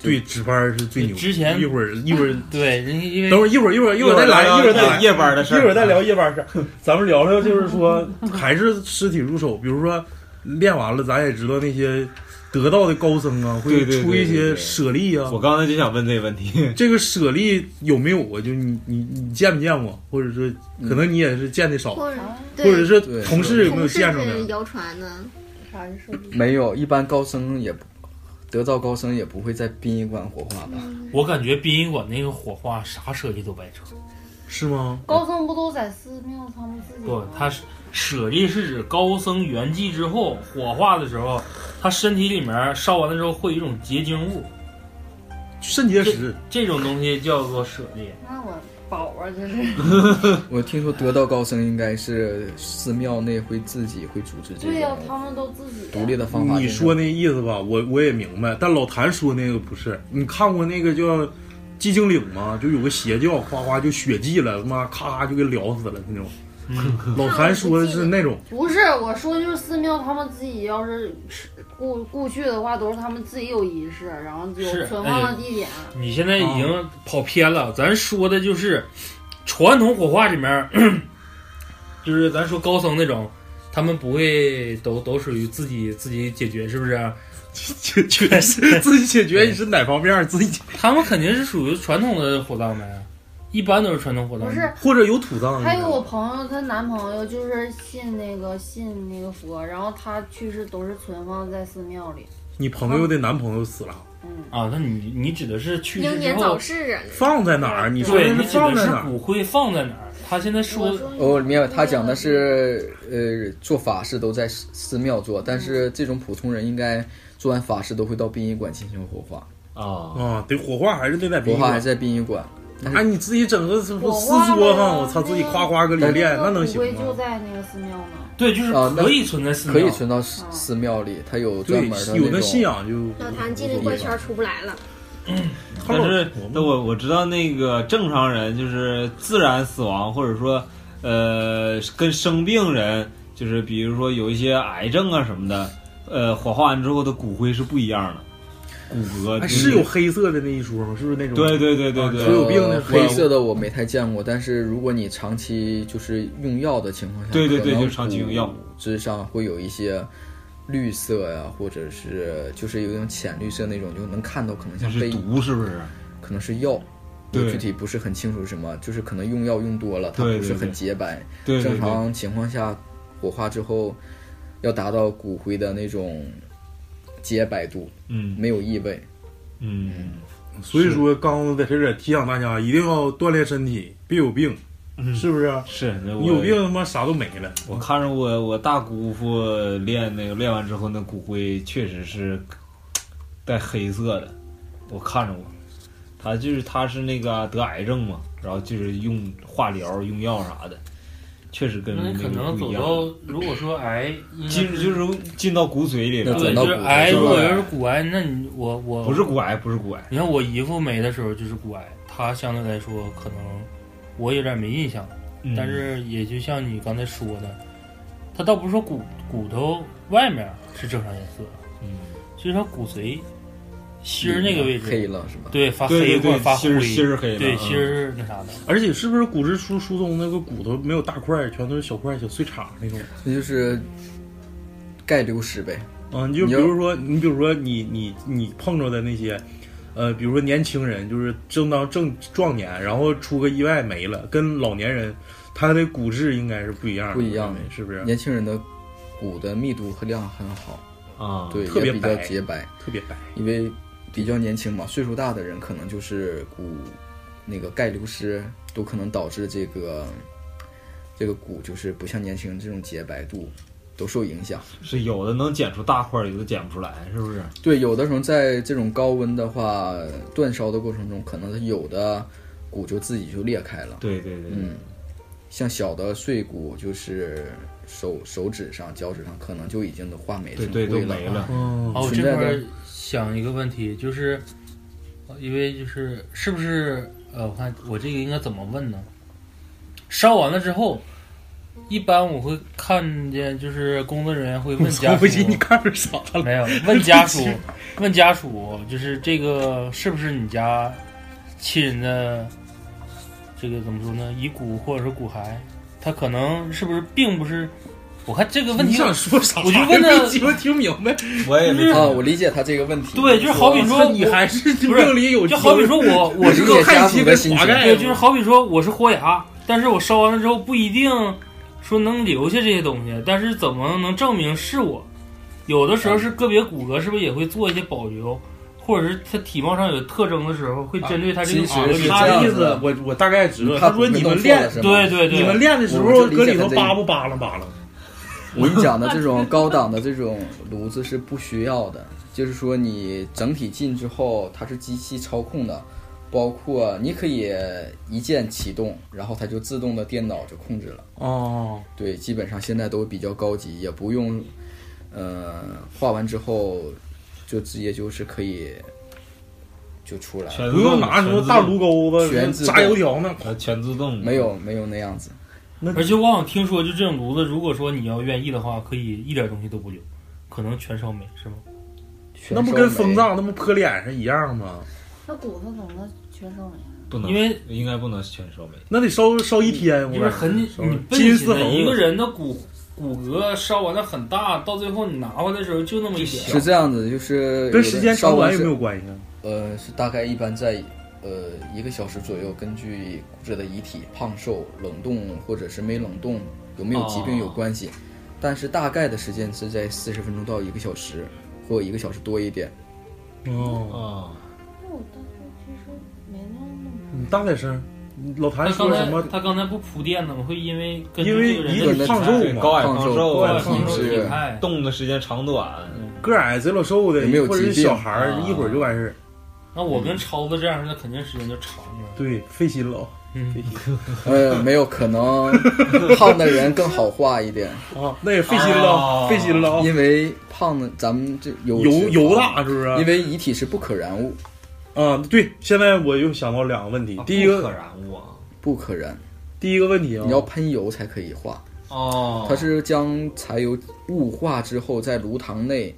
Speaker 5: 对，值班儿是最牛的。
Speaker 9: 之前
Speaker 5: 一会儿一会儿
Speaker 9: 对，人家因为
Speaker 5: 等会儿一会儿一会儿一会儿再来，一会儿再来，
Speaker 6: 夜班的事
Speaker 5: 一会儿再聊夜班事儿。咱们聊聊就是说，还是尸体入手，比如说练完了，咱也知道那些得道的高僧啊，会
Speaker 6: 对对对
Speaker 5: 出一
Speaker 6: 对
Speaker 5: 些
Speaker 6: 对
Speaker 5: 舍利啊
Speaker 6: 我。刚才就想问这个问题，
Speaker 5: 这个舍利有没有啊？就你你你见没见过？或者说，可能你也是见的少，
Speaker 7: 或者
Speaker 5: 或者
Speaker 7: 对，
Speaker 5: 是
Speaker 4: 对
Speaker 5: 同事有没有
Speaker 7: 同事
Speaker 5: 见着
Speaker 7: 是
Speaker 5: 呢？
Speaker 7: 谣传呢，
Speaker 8: 啥是
Speaker 4: 没有，一般高僧也不得道高僧也不会在殡仪馆火化
Speaker 7: 嗯
Speaker 4: 吧？
Speaker 7: 啊
Speaker 9: 我感觉殡仪馆那个火化啥舍利都白扯。
Speaker 5: 是吗？
Speaker 8: 高僧不都在寺庙他们自己
Speaker 9: 不
Speaker 8: 吗，
Speaker 9: 他是舍利是指高僧圆寂之后火化的时候，他身体里面烧完了之后会有一种结晶物，
Speaker 5: 肾结石，
Speaker 9: 这种东西叫做舍利。
Speaker 8: 那我宝啊，这是
Speaker 4: 我听说得道高僧应该是寺庙内会自己会组织这
Speaker 8: 对呀、
Speaker 4: 种
Speaker 8: 他们都自己
Speaker 4: 独立的方法。
Speaker 5: 你说那意思吧，我我也明白。但老谭说那个不是，你看过那个叫《寂静岭》吗？就有个邪教，哗哗就血祭了，他妈咔咔就给聊死了那种。老谭说的是那种，
Speaker 8: 不是我说，就是寺庙他们自己要是故故去的话，都是他们自己有仪式，然后有
Speaker 9: 是
Speaker 8: 存
Speaker 9: 哎
Speaker 8: 放的地点。
Speaker 9: 你现在已经跑偏了，咱说的就是传统火化里面， 就是咱说高僧那种，他们不会都都属于自己自己解决，是不是？
Speaker 5: 解决自己解决你是哪方面自己，
Speaker 9: 他们肯定是属于传统的火葬呗，一般都是传统火葬。
Speaker 8: 不是，
Speaker 5: 或者有土葬。
Speaker 8: 还有我朋友，她男朋友就是信那个信那个佛，然后他去世都是存放在寺庙里。
Speaker 5: 你朋友的男朋友死了，
Speaker 8: 嗯，
Speaker 9: 啊，那你你指的是去世
Speaker 7: 英
Speaker 9: 之
Speaker 7: 年早
Speaker 9: 后，
Speaker 7: 逝啊，
Speaker 5: 放在哪儿？你说
Speaker 9: 对
Speaker 5: 那
Speaker 9: 你
Speaker 5: 是
Speaker 9: 指
Speaker 5: 放
Speaker 9: 的
Speaker 5: 在
Speaker 9: 是
Speaker 5: 哪儿？
Speaker 9: 骨灰放在哪儿？他现在说
Speaker 8: 我说
Speaker 4: 我明白，哦他讲的是，呃，做法事都在寺寺庙做，但是这种普通人应该做完法事都会到殡仪馆进行火化，
Speaker 6: 啊，
Speaker 5: 啊，得火化还是得在
Speaker 4: 火
Speaker 5: 殡仪
Speaker 4: 化还
Speaker 5: 馆
Speaker 4: 是？在殡仪馆。但
Speaker 5: 哎，
Speaker 4: 是
Speaker 5: 你自己整个是不
Speaker 8: 火
Speaker 5: 是私
Speaker 8: 化
Speaker 5: 说
Speaker 8: 了
Speaker 5: 哈，
Speaker 8: 呀
Speaker 5: 我操，
Speaker 8: 那
Speaker 5: 自己
Speaker 8: 个
Speaker 5: 夸夸搁里练，那能行
Speaker 8: 骨灰就
Speaker 5: 吗？
Speaker 8: 在那个寺庙呢。
Speaker 9: 对，就是
Speaker 4: 啊那
Speaker 9: 可以存在寺
Speaker 4: 可
Speaker 9: 庙，
Speaker 4: 以存到
Speaker 8: 啊
Speaker 4: 寺寺庙里，它有专
Speaker 5: 对
Speaker 4: 门的，
Speaker 5: 有那
Speaker 4: 种
Speaker 5: 信仰就
Speaker 7: 老谭进了怪圈儿出不来了，
Speaker 5: 他
Speaker 6: 但
Speaker 5: 老
Speaker 6: 是
Speaker 5: 琢磨
Speaker 6: 那我我知道那个正常人就是自然死亡，或者说呃跟生病人，就是比如说有一些癌症啊什么的，呃火化完之后的骨灰是不一样的，骨
Speaker 4: 呃
Speaker 6: 骼
Speaker 5: 哎，
Speaker 6: 就是
Speaker 5: 有黑色的那一说吗？是不是那种？
Speaker 6: 对对对对对
Speaker 5: 所有病的
Speaker 4: 呃
Speaker 5: 黑
Speaker 4: 黑色的我没太见过，但是如果你长期就是用药的情况下，
Speaker 6: 对对对
Speaker 4: 可能
Speaker 6: 就是长期用药
Speaker 4: 骨质上会有一些绿色呀、或者是就是有一种浅绿色那种，就能看到可能
Speaker 6: 那
Speaker 4: 像
Speaker 6: 是
Speaker 4: 被
Speaker 6: 毒是不是？
Speaker 4: 可能是药，我
Speaker 6: 对
Speaker 4: 具体不是很清楚是什么，就是可能用药用多了，它
Speaker 6: 对
Speaker 4: 不是
Speaker 6: 对对
Speaker 4: 很洁白。
Speaker 6: 对对
Speaker 4: 正
Speaker 6: 对，
Speaker 4: 常情况下，火化之后要达到骨灰的那种洁白度，
Speaker 6: 嗯
Speaker 4: 没有异味。
Speaker 6: 嗯。
Speaker 5: 所以说，刚刚在这里提醒大家，一定要锻炼身体，别有病，
Speaker 4: 嗯
Speaker 5: 是不是？
Speaker 6: 是，那
Speaker 5: 你
Speaker 6: 我
Speaker 5: 有病他妈啥都没了。
Speaker 6: 我看着我我大姑父练那个练完之后，那骨灰确实是带黑色的，我看着过。他就是他是那个得癌症嘛，然后就是用化疗、用药啥的，确实跟
Speaker 9: 那
Speaker 6: 那
Speaker 9: 可
Speaker 6: 个
Speaker 9: 能
Speaker 6: 不
Speaker 9: 走
Speaker 6: 一样。
Speaker 9: 到如果说癌，应该
Speaker 6: 进
Speaker 9: 是
Speaker 6: 就是进到骨髓里了
Speaker 4: 那，
Speaker 9: 对，
Speaker 4: 转到
Speaker 9: 就
Speaker 4: 骨
Speaker 9: 是
Speaker 4: 髓
Speaker 9: 癌。
Speaker 6: 了
Speaker 9: 如果要是骨癌，那你我我
Speaker 6: 不是骨癌，不是骨癌。
Speaker 9: 你看我姨父没的时候就是骨癌，他相对来说可能我有点没印象，
Speaker 6: 嗯
Speaker 9: 但是也就像你刚才说的，他倒不是说骨骨头外面是正常颜色，
Speaker 6: 嗯
Speaker 9: 就是他骨髓芯儿那个位
Speaker 4: 嗯黑
Speaker 9: 置，
Speaker 4: 了是吧？
Speaker 9: 对，发
Speaker 6: 对对
Speaker 9: 黑或者
Speaker 6: 对，
Speaker 9: 发
Speaker 6: 芯
Speaker 9: 灰，
Speaker 6: 儿芯儿黑了，
Speaker 9: 对
Speaker 6: 嗯
Speaker 9: 芯儿是那啥的。
Speaker 5: 而且是不是骨质疏疏松那个骨头没有大块儿，全都是小块儿、小碎茬儿那种？
Speaker 4: 那就是钙流失呗。
Speaker 5: 啊，你就比
Speaker 4: 你要
Speaker 5: 如说，你比如说你你你碰着的那些，呃，比如说年轻人，就是正当正壮年，然后出个意外没了，跟老年人他的骨质应该是不一样的，
Speaker 4: 不一样
Speaker 5: 我认为是不是？
Speaker 4: 年轻人的骨的密度和量很好
Speaker 6: 啊
Speaker 4: 对，
Speaker 5: 特别
Speaker 4: 也比较
Speaker 5: 白
Speaker 4: 洁白，
Speaker 5: 特别白。
Speaker 4: 因为比较年轻嘛，岁数大的人可能就是骨那个钙流失，都可能导致这个这个骨就是不像年轻人这种洁白度都受影响。
Speaker 6: 是有的能剪出大块儿，有的剪不出来，是不是？
Speaker 4: 对，有的时候在这种高温的话，煅烧的过程中，可能它有的骨就自己就裂开了。
Speaker 6: 对对对，
Speaker 4: 嗯，像小的碎骨，就是手手指上、脚趾上，可能就已经都化霉成
Speaker 6: 对对
Speaker 4: 灰
Speaker 6: 都没了
Speaker 4: 了。啊
Speaker 5: 嗯，
Speaker 9: 哦好，我
Speaker 4: 存
Speaker 9: 这
Speaker 4: 在
Speaker 9: 块儿
Speaker 4: 的
Speaker 9: 想一个问题，就是呃因为就是是不是呃，我看我这个应该怎么问呢？烧完了之后，一般我会看见，就是工作人员会问家属，
Speaker 5: 看着啥了？
Speaker 9: 没有问家属，问家属，就是这个是不是你家亲人的这个怎么说呢？遗骨或者是骨骸，他可能是不是并不是？我看这个问
Speaker 5: 你
Speaker 9: 题，
Speaker 5: 想说啥？
Speaker 9: 我就问他
Speaker 5: 没鸡巴听明白。
Speaker 6: 我也没
Speaker 9: 嗯
Speaker 4: 啊，我理解他这个问题。
Speaker 9: 对，就是好比
Speaker 5: 我
Speaker 9: 说
Speaker 5: 操你
Speaker 9: 我
Speaker 5: 还是
Speaker 9: 不是
Speaker 5: 命里有
Speaker 9: 就好比说我我是
Speaker 4: 理
Speaker 9: 个
Speaker 4: 解
Speaker 5: 汉
Speaker 4: 家
Speaker 5: 奸
Speaker 4: 属
Speaker 5: 跟
Speaker 4: 的心
Speaker 5: 华
Speaker 4: 情。
Speaker 5: 盖
Speaker 9: 对，就是好比说我是豁牙，但是我烧完了之后不一定说能留下这些东西，但是怎么能证明是我？有的时候是个别骨骼是不是也会做一些保留，或者是它体貌上有特征的时候，会针对它这个
Speaker 4: 啊其实
Speaker 9: 骨骼
Speaker 4: 是
Speaker 5: 他
Speaker 4: 这
Speaker 5: 的
Speaker 4: 样
Speaker 5: 意
Speaker 4: 子
Speaker 5: 思
Speaker 4: 的，
Speaker 5: 我我大概知道。
Speaker 4: 怕
Speaker 5: 他说你
Speaker 4: 弄
Speaker 5: 们
Speaker 4: 错
Speaker 5: 练
Speaker 4: 了是吗
Speaker 9: 对对对，
Speaker 5: 你们练的时
Speaker 4: 我
Speaker 5: 候
Speaker 4: 就理解
Speaker 5: 搁里头
Speaker 4: 他这
Speaker 5: 扒不扒拉扒拉？
Speaker 4: 我跟你讲的这种高档的这种炉子是不需要的，就是说你整体进之后，它是机器操控的，包括你可以一键启动，然后它就自动的电脑就控制了。
Speaker 5: 哦，
Speaker 4: 对，基本上现在都比较高级，也不用，呃，画完之后就直接就是可以就出来了，
Speaker 6: 全
Speaker 5: 不用拿什么大撸钩
Speaker 4: 全
Speaker 5: 子
Speaker 4: 自
Speaker 5: 炸
Speaker 4: 动
Speaker 5: 油条呢。
Speaker 6: 全全自动，
Speaker 4: 没有没有那样子。
Speaker 9: 而且我好像听说，就这种炉子，如果说你要愿意的话，可以一点东西都不留，可能全烧没，是吗？
Speaker 4: 全
Speaker 5: 那不
Speaker 4: 烧
Speaker 5: 跟
Speaker 4: 没
Speaker 5: 风葬那不泼脸上一样吗？
Speaker 8: 那骨头怎么全啊烧没了？
Speaker 6: 不能，
Speaker 9: 因为
Speaker 6: 应该不能全烧没。
Speaker 5: 那得烧烧一天，我
Speaker 9: 因为
Speaker 5: 感
Speaker 9: 很
Speaker 5: 觉
Speaker 9: 你
Speaker 5: 烧嗯
Speaker 9: 你
Speaker 5: 金
Speaker 9: 笨起
Speaker 5: 丝
Speaker 9: 来，
Speaker 5: 猴
Speaker 9: 一个人的骨骨骼烧完的很大，到最后你拿回来的时候就那么一点
Speaker 4: 是。这样子，就是
Speaker 5: 跟时间长短有
Speaker 4: 有
Speaker 5: 没
Speaker 4: 的
Speaker 5: 有关系啊？
Speaker 4: 呃，是大概一般在呃一个小时左右，根据骨折的遗体胖瘦、冷冻或者是没冷冻、有没有疾病有关系，但是大概的时间是在四十分钟到一个小时，或一个小时多一点。
Speaker 5: 哦，
Speaker 6: 啊，
Speaker 4: 嗯
Speaker 8: 那我当时其实没那么
Speaker 5: 你大点声。你老
Speaker 9: 他
Speaker 5: 谭
Speaker 9: 刚
Speaker 5: 说什
Speaker 9: 才
Speaker 5: 么？
Speaker 9: 他刚才不铺垫呢吗？会因为根据
Speaker 5: 因为
Speaker 9: 这个
Speaker 5: 一
Speaker 9: 人
Speaker 5: 个
Speaker 9: 的
Speaker 5: 人胖瘦
Speaker 6: 对
Speaker 5: 嘛，
Speaker 6: 高矮
Speaker 4: 胖
Speaker 6: 胖
Speaker 4: 瘦
Speaker 6: 瘦
Speaker 4: 高
Speaker 6: 啊，
Speaker 4: 矮
Speaker 9: 胖
Speaker 4: 胖
Speaker 9: 瘦
Speaker 4: 瘦
Speaker 9: 体态，
Speaker 6: 动的时间长短，
Speaker 5: 个儿矮贼老瘦的，
Speaker 4: 有没有
Speaker 5: 或者是
Speaker 4: 疾病
Speaker 5: 小孩儿，
Speaker 6: 啊
Speaker 5: 一会儿就完事儿。
Speaker 9: 那我跟超子这样，那肯定时间就长了。
Speaker 5: 对，费心了。
Speaker 9: 嗯，
Speaker 4: 呃，没有可能，胖的人更好画一点，
Speaker 5: 啊，那也费心了，
Speaker 6: 啊
Speaker 5: 费心了啊！
Speaker 4: 因为胖的咱们这油
Speaker 5: 油
Speaker 4: 油
Speaker 5: 油，大是不是？
Speaker 4: 因为遗体是不可燃物，
Speaker 5: 啊，对，现在我又想到两个问题
Speaker 6: 啊。
Speaker 5: 第一
Speaker 6: 不可
Speaker 5: 个，
Speaker 6: 燃物啊，
Speaker 4: 不可燃，
Speaker 5: 第一个问题啊
Speaker 4: 你，要喷油才可以画。
Speaker 6: 哦，
Speaker 4: 它是将柴油雾化之后，在炉膛内，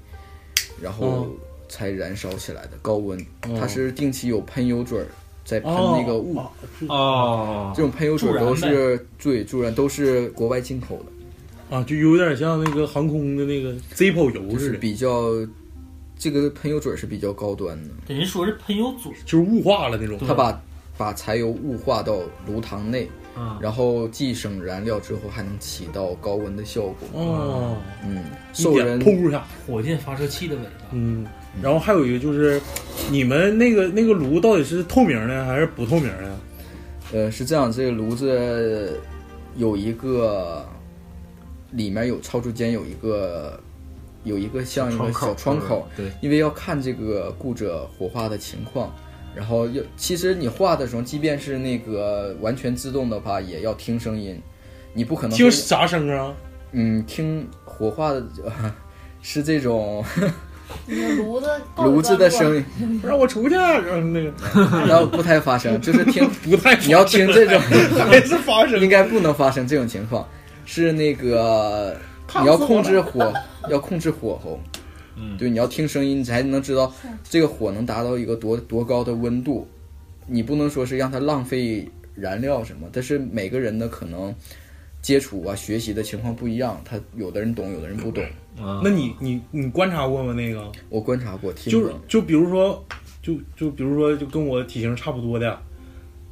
Speaker 4: 然后
Speaker 5: 哦
Speaker 4: 才燃烧起来的高温。
Speaker 5: 哦
Speaker 4: 它是定期有喷油嘴儿在喷
Speaker 5: 哦
Speaker 4: 那个雾，
Speaker 5: 啊
Speaker 6: 哦
Speaker 4: 这，种喷油嘴儿都
Speaker 9: 助燃
Speaker 4: 是对助燃都是国外进口的，
Speaker 5: 啊，就有点像那个航空的那个 Zippo 油
Speaker 4: 就
Speaker 5: 似
Speaker 4: 是
Speaker 5: 的，
Speaker 4: 比较这个喷油嘴儿是比较高端的，
Speaker 9: 人家说是喷油嘴，
Speaker 5: 就是雾化了那种。
Speaker 9: 对
Speaker 4: 它把把柴油雾化到炉膛内，
Speaker 5: 啊
Speaker 6: 嗯
Speaker 4: 然后既省燃料之后还能起到高温的效果。
Speaker 5: 哦，
Speaker 4: 嗯，
Speaker 5: 一
Speaker 4: 受
Speaker 5: 点
Speaker 4: 人
Speaker 5: 噗一下，
Speaker 9: 火箭发射器的尾巴。
Speaker 5: 嗯。然后还有一个就是，你们那个那个炉到底是透明的还是不透明的？
Speaker 4: 呃，是这样，这个炉子有一个里面有超出间有一个有一个像一个小窗口，
Speaker 6: 对，
Speaker 4: 因为要看这个雇者火化的情况。然后要，其实你画的时候，即便是那个完全自动的话，也要听声音，你不可能
Speaker 5: 听
Speaker 4: 说
Speaker 5: 啥声啊？
Speaker 4: 嗯听火化的、 呃是这种
Speaker 8: 你 的炉子到 底
Speaker 4: 炉子的
Speaker 8: 钻不
Speaker 4: 声音，
Speaker 5: 让我出去，然后 那个
Speaker 4: 然后不太发生，就是听
Speaker 5: 不太发生。
Speaker 4: 你要听这 种。
Speaker 5: 还是发生
Speaker 4: 应该不能发生这种情况，是那个你要控制火，要控制火候，
Speaker 6: 嗯
Speaker 4: 对，你要听声音，你才能知道这个火能达到一个多多高的温度。你不能说是让它浪费燃料什么，但是每个人的可能接触啊、学习的情况不一样，他有的人懂，有的人不懂。
Speaker 5: 嗯
Speaker 6: 啊
Speaker 5: 那你你你观察过吗？那个
Speaker 4: 我观察过，听
Speaker 5: 就是
Speaker 4: 过，
Speaker 5: 就比如说，就就比如说，就跟我体型差不多的，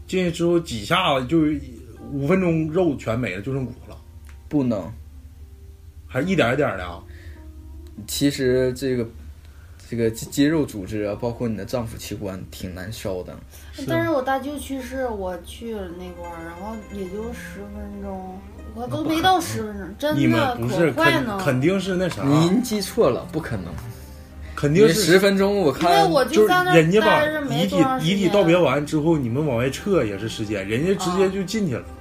Speaker 5: 进去之后几下子就是五分钟肉全没了，就剩骨了，
Speaker 4: 不能，
Speaker 5: 还是一点一点的啊？
Speaker 4: 其实这个这个肌肌肉组织啊，包括你的脏腑器官，挺难烧的。
Speaker 8: 但是我大舅去世，我去了那块儿，然后也就十分钟，我都没到十分钟，
Speaker 5: 你
Speaker 8: 真的
Speaker 5: 们不是
Speaker 8: 可快
Speaker 5: 肯
Speaker 8: 呢。
Speaker 5: 肯定是那啥，
Speaker 4: 您记错了，不可能，
Speaker 5: 肯
Speaker 4: 因
Speaker 5: 定
Speaker 4: 为
Speaker 5: 是
Speaker 4: 十分钟我
Speaker 8: 因为
Speaker 4: 看
Speaker 8: 我
Speaker 5: 就是
Speaker 8: 在那
Speaker 5: 人家
Speaker 8: 儿
Speaker 5: 把
Speaker 8: 待着没
Speaker 5: 遗体
Speaker 8: 多长时
Speaker 5: 遗体
Speaker 8: 间啊
Speaker 5: 道别完之后，你们往外撤也是时间，人家直接就进去了，
Speaker 8: 嗯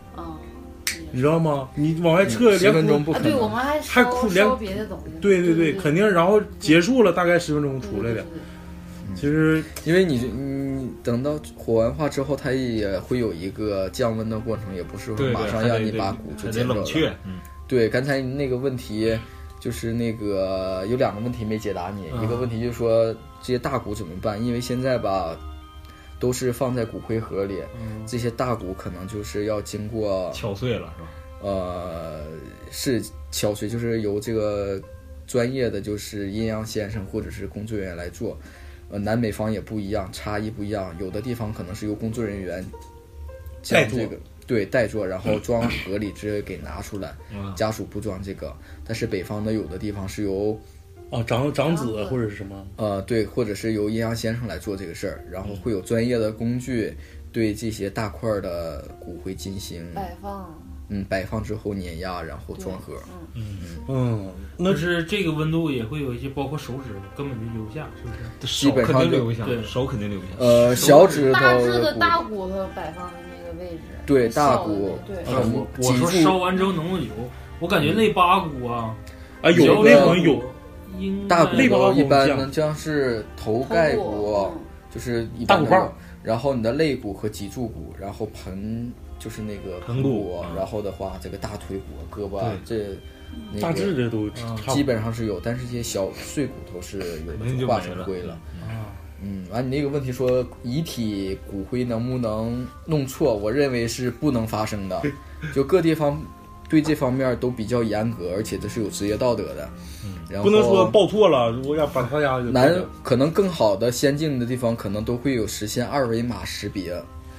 Speaker 5: 你知道吗？你往外撤，
Speaker 4: 嗯十分
Speaker 5: 连哭
Speaker 4: 钟不
Speaker 8: 啊，
Speaker 4: 可
Speaker 8: 对，我
Speaker 4: 能。
Speaker 8: 们还
Speaker 5: 还
Speaker 8: 烧
Speaker 5: 哭连
Speaker 8: 烧别的东西。
Speaker 5: 对对
Speaker 8: 对
Speaker 5: 对，肯定。然后结束了，大概十分钟
Speaker 8: 对
Speaker 5: 出来。
Speaker 8: 对
Speaker 5: 的
Speaker 4: 嗯
Speaker 8: 对。对
Speaker 5: 其实
Speaker 4: 因为你你等到火完化之后，它也会有一个降温的过程，也不是说
Speaker 6: 对
Speaker 4: 马
Speaker 6: 对，
Speaker 4: 上
Speaker 6: 还
Speaker 4: 让
Speaker 6: 得
Speaker 4: 你
Speaker 6: 得
Speaker 4: 把骨
Speaker 6: 还
Speaker 4: 逐
Speaker 6: 得
Speaker 4: 渐
Speaker 6: 冷却，嗯，
Speaker 4: 对，刚才那个问题就是那个有两个问题没解答你，
Speaker 6: 嗯
Speaker 4: 一个问题就是说这些大骨怎么办？因为现在吧，都是放在骨灰盒里，
Speaker 6: 嗯
Speaker 4: 这些大骨可能就是要经过
Speaker 6: 敲碎了是吧？
Speaker 4: 呃是敲碎，就是由这个专业的就是阴阳先生或者是工作人员来做。呃，南北方也不一样，差异不一样，有的地方可能是由工作人员
Speaker 5: 代
Speaker 4: 将
Speaker 5: 做
Speaker 4: 这个对代做，然后装盒里直接给拿出来。
Speaker 5: 啊
Speaker 6: 嗯，
Speaker 4: 家属不装这个，但是北方的有的地方是由
Speaker 5: 啊，长长
Speaker 8: 长
Speaker 5: 子
Speaker 8: 子
Speaker 5: 或者是什么，
Speaker 4: 呃对，或者是由阴阳先生来做这个事儿，然后会有专业的工具对这些大块儿的骨灰进行
Speaker 8: 摆放。
Speaker 4: 嗯摆放之后碾压，然后
Speaker 8: 哎对
Speaker 4: 装盒。
Speaker 8: 嗯，
Speaker 5: 嗯，那
Speaker 9: 就是这个温度也会有一些，包括手指根本就留不下，是不是？
Speaker 5: 啊
Speaker 4: 基本
Speaker 6: 手肯
Speaker 4: 上
Speaker 6: 定
Speaker 4: 就
Speaker 6: 留不下，
Speaker 9: 对
Speaker 6: 手肯定留不下。
Speaker 4: 呃，小指头
Speaker 8: 嗯大致
Speaker 4: 的
Speaker 8: 的
Speaker 4: 骨
Speaker 8: 大骨头摆放的那个位置。
Speaker 4: 对大
Speaker 8: 小的
Speaker 4: 骨
Speaker 8: 那对
Speaker 4: 呃
Speaker 9: 我我
Speaker 4: 脊
Speaker 9: 说烧
Speaker 4: 柱
Speaker 9: 完之后能不能有？我感觉肋八骨啊，
Speaker 5: 啊嗯有
Speaker 9: 腰
Speaker 5: 那
Speaker 9: 骨
Speaker 5: 种有，
Speaker 4: 嗯
Speaker 9: 应
Speaker 4: 大
Speaker 9: 该
Speaker 4: 骨
Speaker 5: 肋
Speaker 4: 头
Speaker 5: 旁
Speaker 4: 一般
Speaker 5: 骨
Speaker 4: 呢像是头
Speaker 8: 头
Speaker 4: 盖
Speaker 8: 骨
Speaker 4: 骨，
Speaker 8: 嗯
Speaker 4: 就是一
Speaker 5: 大
Speaker 4: 般
Speaker 5: 骨
Speaker 4: 的
Speaker 5: 棒儿
Speaker 4: 然后你的肋骨和脊柱骨，然后盆就是那个
Speaker 6: 盆骨
Speaker 4: 骨，
Speaker 6: 嗯
Speaker 4: 然后的话这个大腿骨、胳膊啊这那个
Speaker 5: 大致的都
Speaker 6: 啊
Speaker 5: 差不
Speaker 4: 嗯基
Speaker 5: 多。
Speaker 4: 本上是有，但是一些小碎骨头是
Speaker 6: 肯定
Speaker 4: 有
Speaker 6: 就
Speaker 4: 化
Speaker 6: 没
Speaker 4: 成
Speaker 6: 了
Speaker 4: 灰了。
Speaker 9: 啊，
Speaker 4: 嗯，完、你那个问题说遗体骨灰能不能弄错，我认为是不能发生的，就各地方对这方面都比较严格，而且这是有职业道德的。然后
Speaker 5: 不能说报错了，我要把他家给
Speaker 4: 南可能更好的先进的地方，可能都会有实现二维码识别，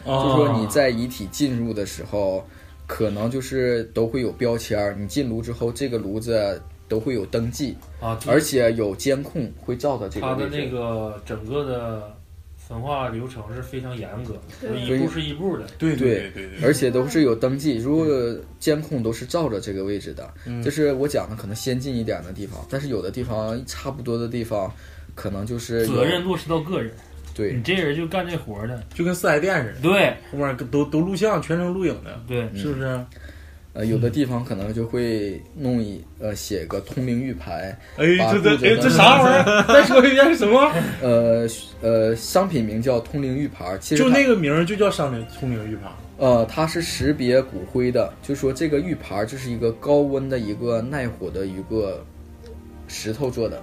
Speaker 4: 就
Speaker 5: 啊
Speaker 4: 说你在遗体进入的时候，可能就是都会有标签儿。你进炉之后，这个炉子都会有登记，
Speaker 9: 啊，
Speaker 4: 而且有监控会照到这个
Speaker 9: 它的
Speaker 4: 位置。
Speaker 9: 那个整个的焚化流程是非常严格的，就
Speaker 7: 对
Speaker 9: 是一步是一步的。
Speaker 5: 对
Speaker 4: 对
Speaker 5: 对对，
Speaker 4: 而且都是有登记，如果监控都是照着这个位置的，
Speaker 5: 嗯
Speaker 4: 这是我讲的可能先进一点的地方，但是有的地方差不多的地方，可能就是有
Speaker 9: 责任落实到个人，
Speaker 4: 对
Speaker 5: 嗯
Speaker 9: 你这人就干这活儿的，
Speaker 5: 就跟四 S 店似的，
Speaker 9: 对
Speaker 5: 后面都都录像，全程录影的，
Speaker 9: 对，
Speaker 5: 是不是？
Speaker 4: 呃有的地方可能就会弄一呃写个通灵玉牌，
Speaker 5: 哎，
Speaker 4: 把
Speaker 5: 这这
Speaker 4: 肚子
Speaker 5: 哎这
Speaker 4: 弄
Speaker 5: 啥玩 意儿？再说一遍是什么？
Speaker 4: 呃呃商品名叫通灵玉牌，其实
Speaker 5: 就
Speaker 4: 它
Speaker 5: 那个名儿就叫商品聪明玉盘。
Speaker 4: 呃，它是识别骨灰的，就说这个玉盘儿就是一个高温的一个耐火的一个石头做的，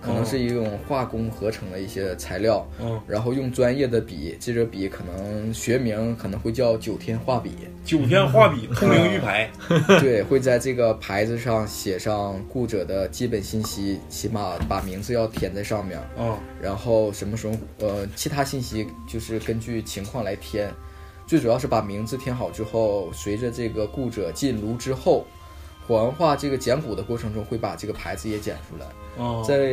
Speaker 4: 可能是一种化工合成的一些材料，
Speaker 5: 嗯，
Speaker 4: 然后用专业的笔，这支笔可能学名可能会叫九天画笔，
Speaker 5: 九天画笔通灵玉 牌，
Speaker 4: 对，会在这个牌子上写上雇者的基本信息，起码把名字要填在上面，
Speaker 5: 啊，
Speaker 4: 然后什么时候呃其他信息就是根据情况来填，最主要是把名字填好之后，随着这个雇者进炉之后，火文化这个捡骨的过程中会把这个牌子也捡出来，
Speaker 5: 哦，
Speaker 4: 再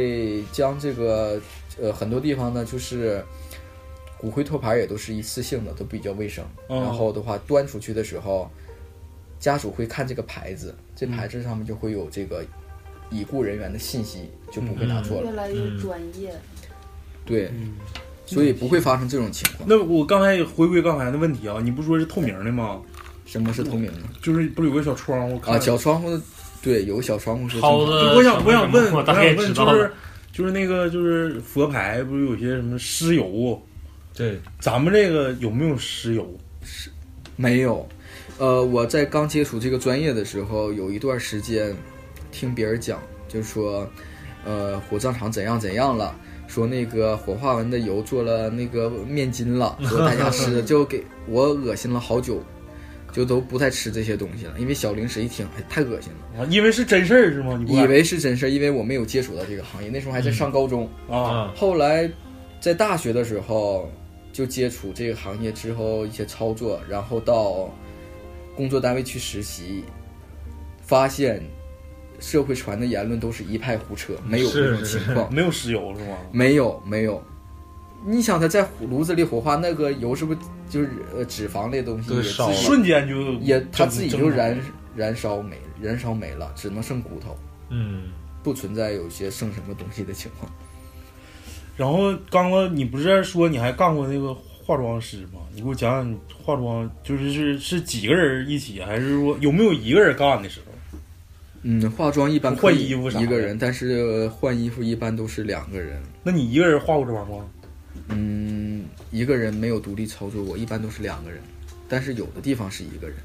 Speaker 4: 将这个呃很多地方呢就是。骨灰托盘也都是一次性的，都比较卫生。
Speaker 5: 哦
Speaker 4: 然后的话，端出去的时候，家属会看这个牌子，这牌子上面就会有这个已故人员的信息，就不
Speaker 5: 嗯
Speaker 4: 会拿错了。
Speaker 8: 嗯越来越专业。
Speaker 4: 对，
Speaker 9: 嗯，
Speaker 4: 所以不会发生这种情况。
Speaker 5: 那我刚才回归刚才的问题啊，你不说是透明的吗？
Speaker 4: 什么是透明
Speaker 9: 嗯
Speaker 4: 的
Speaker 5: 就是不是有个小窗户看
Speaker 4: 啊？小窗户，对，有个小窗户是
Speaker 9: 掏
Speaker 4: 正常
Speaker 9: 的，
Speaker 5: 我想我想问，
Speaker 9: 我
Speaker 5: 我
Speaker 9: 大
Speaker 5: 想
Speaker 9: 概也
Speaker 5: 问，
Speaker 9: 知道
Speaker 5: 就
Speaker 9: 了
Speaker 5: 是就是那个就是佛牌，不是有些什么尸油？
Speaker 6: 对，
Speaker 5: 咱们这个有没有尸油？
Speaker 4: 没有。呃，我在刚接触这个专业的时候，有一段时间听别人讲，就是说，呃，火葬场怎样怎样了，说那个火化完的油做了那个面筋 了，说大家吃，就给我恶心了好久，就都不再吃这些东西了，因为小零食一听，哎，太恶心了。
Speaker 5: 啊，因为是真事儿是吗？你不
Speaker 4: 以为是真事儿，因为我没有接触到这个行业，那时候还在上高中。
Speaker 5: 啊，
Speaker 4: 后来在大学的时候就接触这个行业之后一些操作，然后到工作单位去实习，发现社会传的言论都是一派胡扯，没有这种情况，
Speaker 5: 没有石油是吗？
Speaker 4: 没有没有。你想它在炉子里火化，那个油是不是就是呃脂肪类东西
Speaker 6: 对
Speaker 4: 也
Speaker 6: 少
Speaker 4: 自
Speaker 6: 了
Speaker 4: 己
Speaker 5: 瞬间就
Speaker 4: 也它自己
Speaker 5: 蒸
Speaker 4: 就
Speaker 5: 蒸
Speaker 4: 燃燃烧没燃烧没了，只能剩骨头，
Speaker 6: 嗯，
Speaker 4: 不存在有些剩什么东西的情况。
Speaker 5: 然后刚刚你不是说你还干过那个化妆师吗？你给我讲讲你化妆就是是是几个人一起，还是说有没有一个人干的时候？
Speaker 4: 嗯，化妆一般
Speaker 5: 不换
Speaker 4: 可以
Speaker 5: 衣服啥
Speaker 4: 一个
Speaker 5: 的
Speaker 4: 人，但是呃换衣服一般都是两个人。
Speaker 5: 那你一个人化过妆吗？
Speaker 4: 嗯，一个人没有独立操作过，一般都是两个人，但是有的地方是一个人，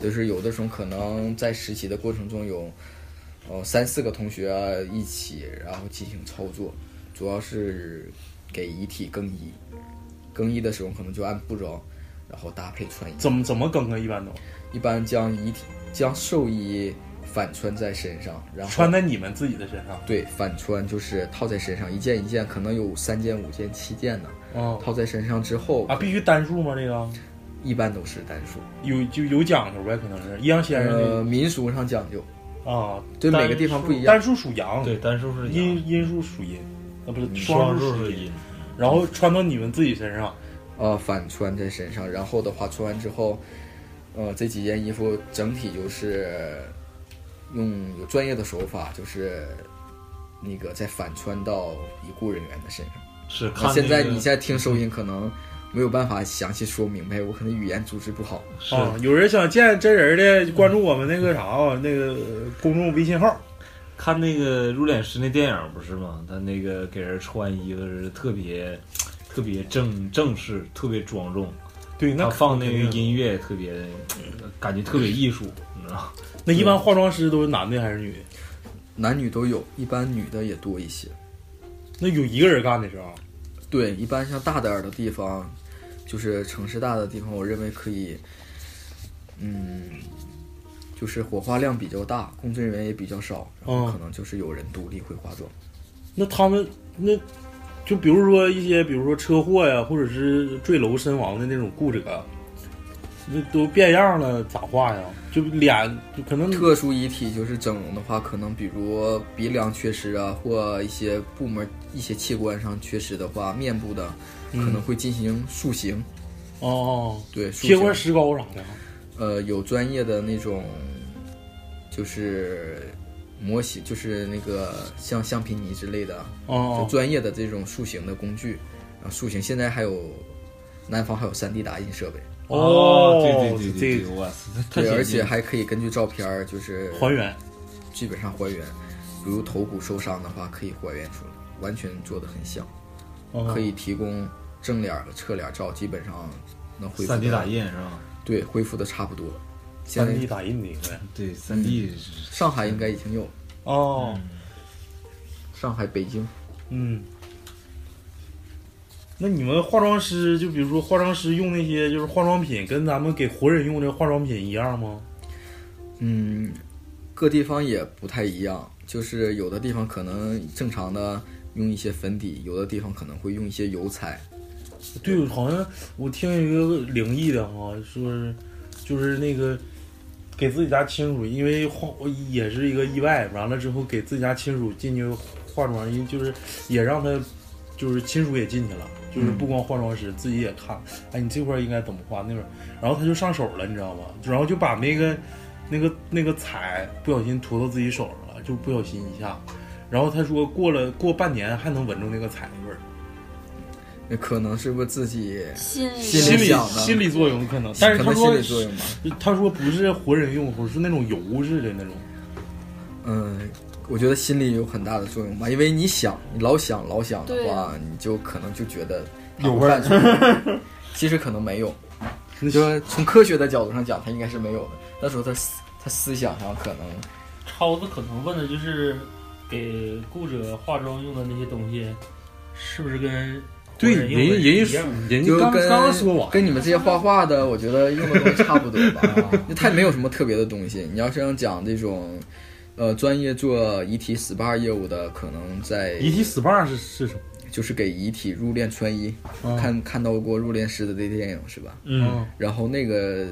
Speaker 4: 就是有的时候可能在实习的过程中有，呃三四个同学、啊、一起，然后进行操作，主要是给遗体更衣，更衣的时候可能就按步骤，然后搭配穿衣，
Speaker 5: 怎么怎么更啊？一般都
Speaker 4: 一般将遗体将寿衣反穿在身上，然后
Speaker 5: 穿在你们自己的身上。
Speaker 4: 对反穿就是套在身上，一件一件可能有三件、五件、七件呢，
Speaker 5: 哦
Speaker 4: 套在身上之后
Speaker 5: 啊，必须单数吗？这个
Speaker 4: 一般都是单数。
Speaker 5: 有就有讲究呗，可能是阴阳先生
Speaker 4: 呃，
Speaker 5: 那
Speaker 4: 民俗上讲究，
Speaker 5: 个啊，
Speaker 4: 对
Speaker 5: 单
Speaker 4: 每个地方不一
Speaker 5: 数
Speaker 4: 样
Speaker 5: 单数属阳，
Speaker 6: 对，单数是
Speaker 5: 阴阴数属阴，啊不是
Speaker 6: 双
Speaker 5: 数
Speaker 6: 数是
Speaker 5: 阴，
Speaker 6: 阴，
Speaker 5: 然后穿到你们自己身上，
Speaker 4: 呃，反穿在身上，然后的话穿完之后，呃，这几件衣服整体就是用有专业的手法，就是那个再反穿到已故人员的身上。
Speaker 6: 是
Speaker 4: 那
Speaker 6: 看
Speaker 4: 啊现在
Speaker 6: 那
Speaker 4: 你
Speaker 6: 个嗯
Speaker 4: 现在听收音可能没有办法详细说明白，我可能语言组织不好。
Speaker 6: 是
Speaker 5: 啊，有人想见真人的，就关注我们那个啥啊，那个公众微信号。
Speaker 6: 看那个入殓师那电影不是吗？他那个给人穿衣服是特别特别正正式，特别庄重。
Speaker 5: 对，那
Speaker 6: 他放那
Speaker 5: 肯
Speaker 6: 个
Speaker 5: 定的
Speaker 6: 音乐也特别，感觉特别艺术，你知道吗？
Speaker 5: 那一般化妆师都是男的还是女的？
Speaker 4: 男女都有，一般女的也多一些。
Speaker 5: 那啊有一个人干的时候，
Speaker 4: 对，一般像大点儿的地方，就是城市大的地方，我认为可以，嗯，就是火化量比较大，工作人员也比较少，然后
Speaker 5: 嗯
Speaker 4: 可能就是有人独立会化妆。
Speaker 5: 那他们那就比如说一些，比如说车祸呀，或者是坠楼身亡的那种故者，那都变样了，咋画呀？就脸就可能
Speaker 4: 特殊遗体就是整容的话，可能比如鼻梁缺失啊，或一些部门、一些器官上缺失的话，面部的
Speaker 5: 嗯
Speaker 4: 可能会进行塑形，
Speaker 5: 哦，
Speaker 4: 对，塑
Speaker 5: 贴块
Speaker 4: 形。
Speaker 5: 石膏啥的。
Speaker 4: 呃，有专业的那种，就是模型，就是那个像橡皮泥之类的。就
Speaker 5: 哦，
Speaker 4: 专业的这种塑形的工具，啊，塑形现在还有南方还有 3D 打印设备，
Speaker 5: 哦
Speaker 6: 对对对
Speaker 5: 这
Speaker 6: 对，哇塞，太
Speaker 4: 对，
Speaker 6: 先
Speaker 4: 而
Speaker 6: 进
Speaker 4: 且
Speaker 6: 了
Speaker 4: 还可以根据照片儿就是
Speaker 5: 还原。
Speaker 4: 基本上还原，比如头骨受伤的话可以还原出来，完全做的很像，
Speaker 5: 哦
Speaker 4: 可以提供正脸儿和侧脸照，基本上能恢复
Speaker 6: 三 D
Speaker 4: 得
Speaker 6: 打，印是吧？
Speaker 4: 对，恢复的差不多了。现
Speaker 5: 三 D
Speaker 4: 在
Speaker 5: 打印的呗。
Speaker 6: 对，三 D
Speaker 4: 上海应该已经有了，
Speaker 5: 哦，
Speaker 4: 上海、北京，
Speaker 5: 嗯，那你们化妆师，就比如说化妆师用那些就是化妆品，跟咱们给活人用的化妆品一样吗？
Speaker 4: 嗯，各地方也不太一样，就是有的地方可能正常的用一些粉底，有的地方可能会用一些油彩。
Speaker 5: 对，好像我听一个灵异的哈、说是就是那个给自己家亲属，因为化也是一个意外，完了之后给自己家亲属进去化妆，因为就是也让他就是亲属也进去了，就是不光化妆师、自己也看，哎，你这块儿应该怎么画那块儿，然后他就上手了，你知道吗？然后就把那个那个那个彩不小心涂到自己手上了，就不小心一下，然后他说过了过半年还能闻着那个彩味儿。
Speaker 4: 那可能是不是自己
Speaker 7: 心里
Speaker 4: 心
Speaker 5: 心理
Speaker 4: 想的
Speaker 5: 心理作用可能，但是
Speaker 4: 可
Speaker 5: 他
Speaker 4: 能心理
Speaker 5: 说
Speaker 4: 作用吧？
Speaker 5: 他说不是活人用户，是那种油似的那种。
Speaker 4: 嗯，我觉得心理有很大的作用吧，因为你想，你老想老想的
Speaker 7: 对
Speaker 4: 话，你就可能就觉得
Speaker 5: 有味儿
Speaker 4: 儿，其实可能没有。
Speaker 5: 你
Speaker 4: 你说从科学的角度上讲，它应该是没有的。那时候他思他思想上可能
Speaker 9: 超子可能问的就是给雇者化妆用的那些东西，是不是跟
Speaker 5: 对，
Speaker 9: 活
Speaker 5: 人
Speaker 9: 用的
Speaker 5: 人
Speaker 9: 一
Speaker 5: 家
Speaker 9: 样
Speaker 5: 人
Speaker 4: 就
Speaker 5: 家刚
Speaker 4: 跟
Speaker 5: 刚刚说完，
Speaker 4: 跟你们这些画画的，我觉得用的东西差不 多吧。
Speaker 5: 啊
Speaker 4: 那它也没有什么特别的东西。你要是想讲这种，呃，专业做遗体 SPA 业务的，可能在
Speaker 5: 遗体 SPA 是是什么？
Speaker 4: 就是给遗体入殓
Speaker 5: 嗯
Speaker 4: 穿衣，看看到过入殓师的这电影是吧？
Speaker 5: 嗯，
Speaker 4: 然后那个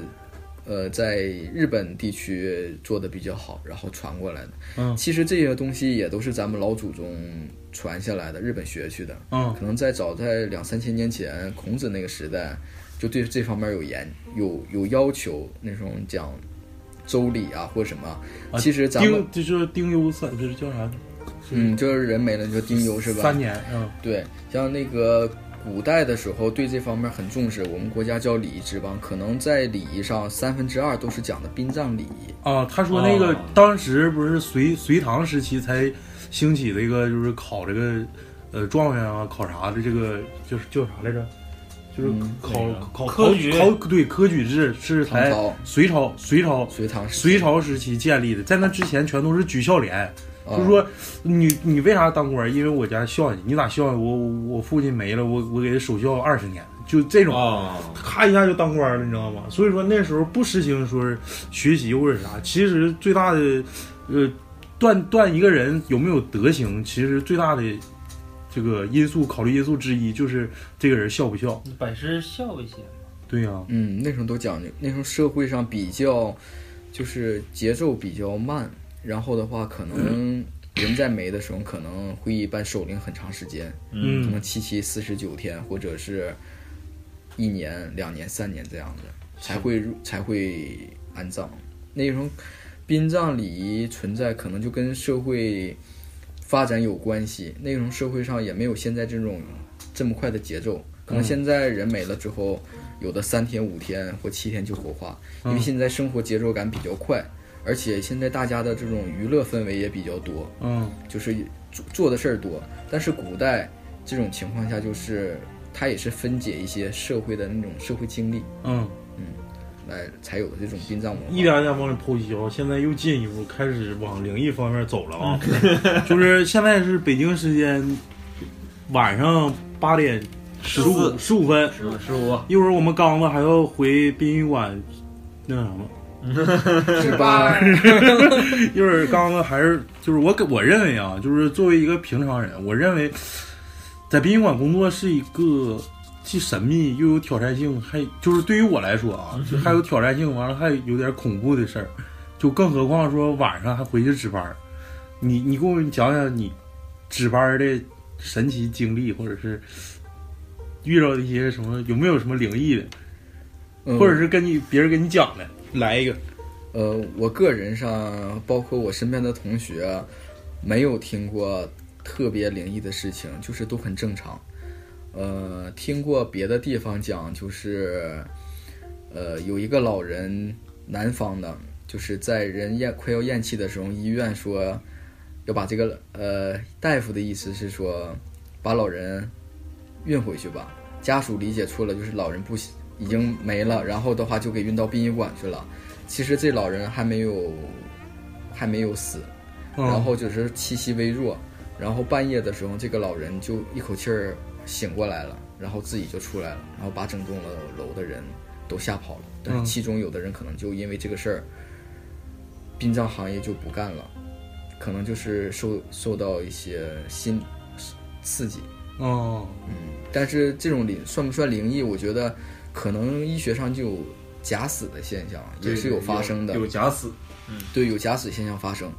Speaker 4: 呃，在日本地区做的比较好，然后传过来的。
Speaker 5: 嗯
Speaker 4: 其实这些东西也都是咱们老祖宗传下来的，日本学去的。
Speaker 5: 嗯
Speaker 4: 可能在早在两三千年前，孔子那个时代就对这方面有严有有要求，那种讲周礼啊或者什么。
Speaker 5: 啊
Speaker 4: 其实咱们
Speaker 5: 丁就是丁忧三，这是叫啥？
Speaker 4: 嗯，就是人没了你说丁忧是吧？
Speaker 5: 三年，嗯，
Speaker 4: 对，像那个古代的时候，对这方面很重视。我们国家叫礼仪之邦，可能在礼仪上三分之二都是讲的殡葬礼仪。
Speaker 5: 啊，他说那个、
Speaker 4: 哦
Speaker 5: 当时不是隋隋唐时期才兴起的一个，就是考这个呃状元啊，考啥的这个就是叫啥来着？就是
Speaker 4: 嗯
Speaker 5: 考、
Speaker 4: 哪个
Speaker 5: 考
Speaker 4: 科
Speaker 5: 考
Speaker 4: 举
Speaker 5: 考对科举制是
Speaker 4: 唐
Speaker 5: 才
Speaker 4: 朝
Speaker 5: 隋朝隋朝
Speaker 4: 隋唐时
Speaker 5: 哎
Speaker 4: 期
Speaker 5: 隋朝时期建立的，在那之前全都是举孝廉。
Speaker 4: 啊
Speaker 5: 就是说，你你为啥当官？因为我家孝你，你咋孝我？我我父亲没了，我我给他守孝二十年，就这种，
Speaker 10: 哦
Speaker 6: 哦
Speaker 5: 咔、一下就当官了，你知道吗？所以说那时候不实行说是学习或者啥，其实最大的，呃，断断一个人有没有德行，其实最大的这个因素考虑因素之一就是这个人孝不孝。
Speaker 9: 百事孝一些。
Speaker 5: 对呀、
Speaker 4: 嗯，那时候都讲究，那时候社会上比较就是节奏比较慢，然后的话，可
Speaker 5: 嗯
Speaker 4: 能人在没的时候，可能会一般守灵很长时间，
Speaker 5: 嗯
Speaker 4: 可能七七四十九天，或者是一年、两年、三年这样子，才会入才会安葬。那种殡葬礼仪存在，可能就跟社会发展有关系。那种社会上也没有现在这种这么快的节奏，可
Speaker 5: 嗯
Speaker 4: 能现在人没了之后，有的三天、五天或七天就火化，因为
Speaker 5: 嗯
Speaker 4: 现在生活节奏感比较快，而且现在大家的这种娱乐氛围也比较多，
Speaker 5: 嗯，
Speaker 4: 就是做做的事儿多。但是古代这种情况下，就是它也是分解一些社会的那种社会经历，
Speaker 5: 嗯，
Speaker 4: 嗯，来才有的这种殡葬文化。
Speaker 5: 一点一点往里剖析啊，现在又进一步开始往灵异方面走了啊，
Speaker 10: 嗯
Speaker 5: 就是现在是北京时间晚上八点十五十五分，
Speaker 10: 十五，
Speaker 5: 一会儿我们刚子还要回殡仪馆那啥嘛，
Speaker 4: 值班
Speaker 5: 一会儿刚子还是就是我给我认为啊，就是作为一个平常人，我认为在殡仪馆工作是一个既神秘又有挑战性，还就是对于我来说啊，就还有挑战性，完了还有点恐怖的事儿，就更何况说晚上还回去值班儿。你你给我讲讲你值班儿的神奇经历，或者是遇到的一些什么，有没有什么灵异的，
Speaker 4: 嗯
Speaker 5: 或者是跟你别人跟你讲的，来一个。
Speaker 4: 呃，我个人上，包括我身边的同学，没有听过特别灵异的事情，就是都很正常。呃，听过别的地方讲，就是，呃，有一个老人，南方的，就是在人咽快要咽气的时候，医院说要把这个呃大夫的意思是说，把老人运回去吧。家属理解错了，就是老人不行已经没了，然后的话就给运到殡仪馆去了。其实这老人还没有还没有死，
Speaker 5: 嗯
Speaker 4: 然后只是气息微弱，然后半夜的时候，这个老人就一口气儿醒过来了，然后自己就出来了，然后把整栋楼楼的人都吓跑了。但是
Speaker 5: 嗯
Speaker 4: 其中有的人可能就因为这个事儿，殡葬行业就不干了，可能就是受受到一些呃新刺激。
Speaker 5: 哦，
Speaker 4: 嗯但是这种灵算不算灵异？我觉得可能医学上就有假死的现象，
Speaker 10: 对
Speaker 4: 也是发生的。
Speaker 10: 有有假死，嗯
Speaker 4: 对，有假死现象发生。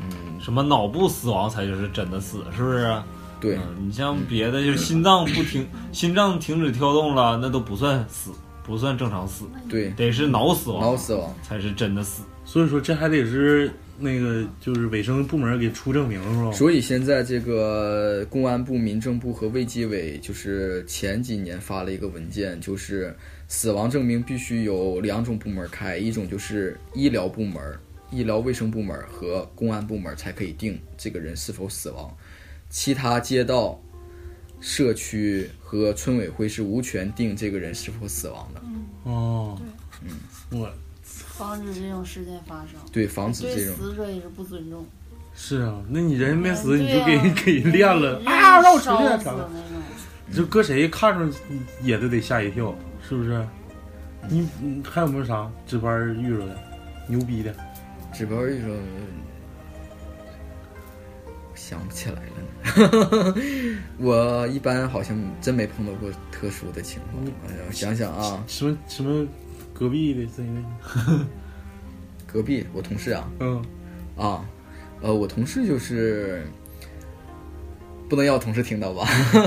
Speaker 4: 嗯
Speaker 10: 什么脑部死亡才就是真的死，是不
Speaker 6: 啊
Speaker 10: 是？
Speaker 4: 对
Speaker 10: 嗯你像别的就是心脏不停，心脏停止跳动了，那都不算死，不算正常死，
Speaker 4: 对，
Speaker 10: 得是脑死亡，
Speaker 4: 脑死亡
Speaker 10: 才是真的死。
Speaker 5: 所以说这还得是那个就是卫生部门给出证明是吧？
Speaker 4: 所以现在这个公安部、民政部和卫计委就是前几年发了一个文件，就是死亡证明必须由两种部门开，一种就是医疗部门、医疗卫生部门和公安部门才可以定这个人是否死亡，其他街道、社区和村委会是无权定这个人是否死亡的。
Speaker 5: 哦，
Speaker 4: 嗯，
Speaker 5: 我
Speaker 8: 防止这种事件发生，
Speaker 4: 对防止这种
Speaker 8: 对死者也是不尊重，
Speaker 5: 是啊，那你人没死，
Speaker 8: 嗯
Speaker 5: 你就
Speaker 8: 对
Speaker 5: 给、
Speaker 8: 啊
Speaker 5: 给练了
Speaker 8: 人
Speaker 5: 啊，让我出
Speaker 8: 烧
Speaker 5: 去
Speaker 8: 死
Speaker 5: 啥的
Speaker 8: 那种。
Speaker 5: 就搁谁看着也都得吓一跳，是不是？你你还有没有啥值班遇着的牛逼的？
Speaker 4: 值班遇着想不起来了呢。 我一
Speaker 5: 嗯
Speaker 4: 般好像真没碰到过特殊的情况。哎呀我想想啊，
Speaker 5: 什么什么隔壁的这位，
Speaker 4: 隔壁我同事啊，
Speaker 5: 嗯，
Speaker 4: 啊，呃，我同事就是不能要同事听到吧？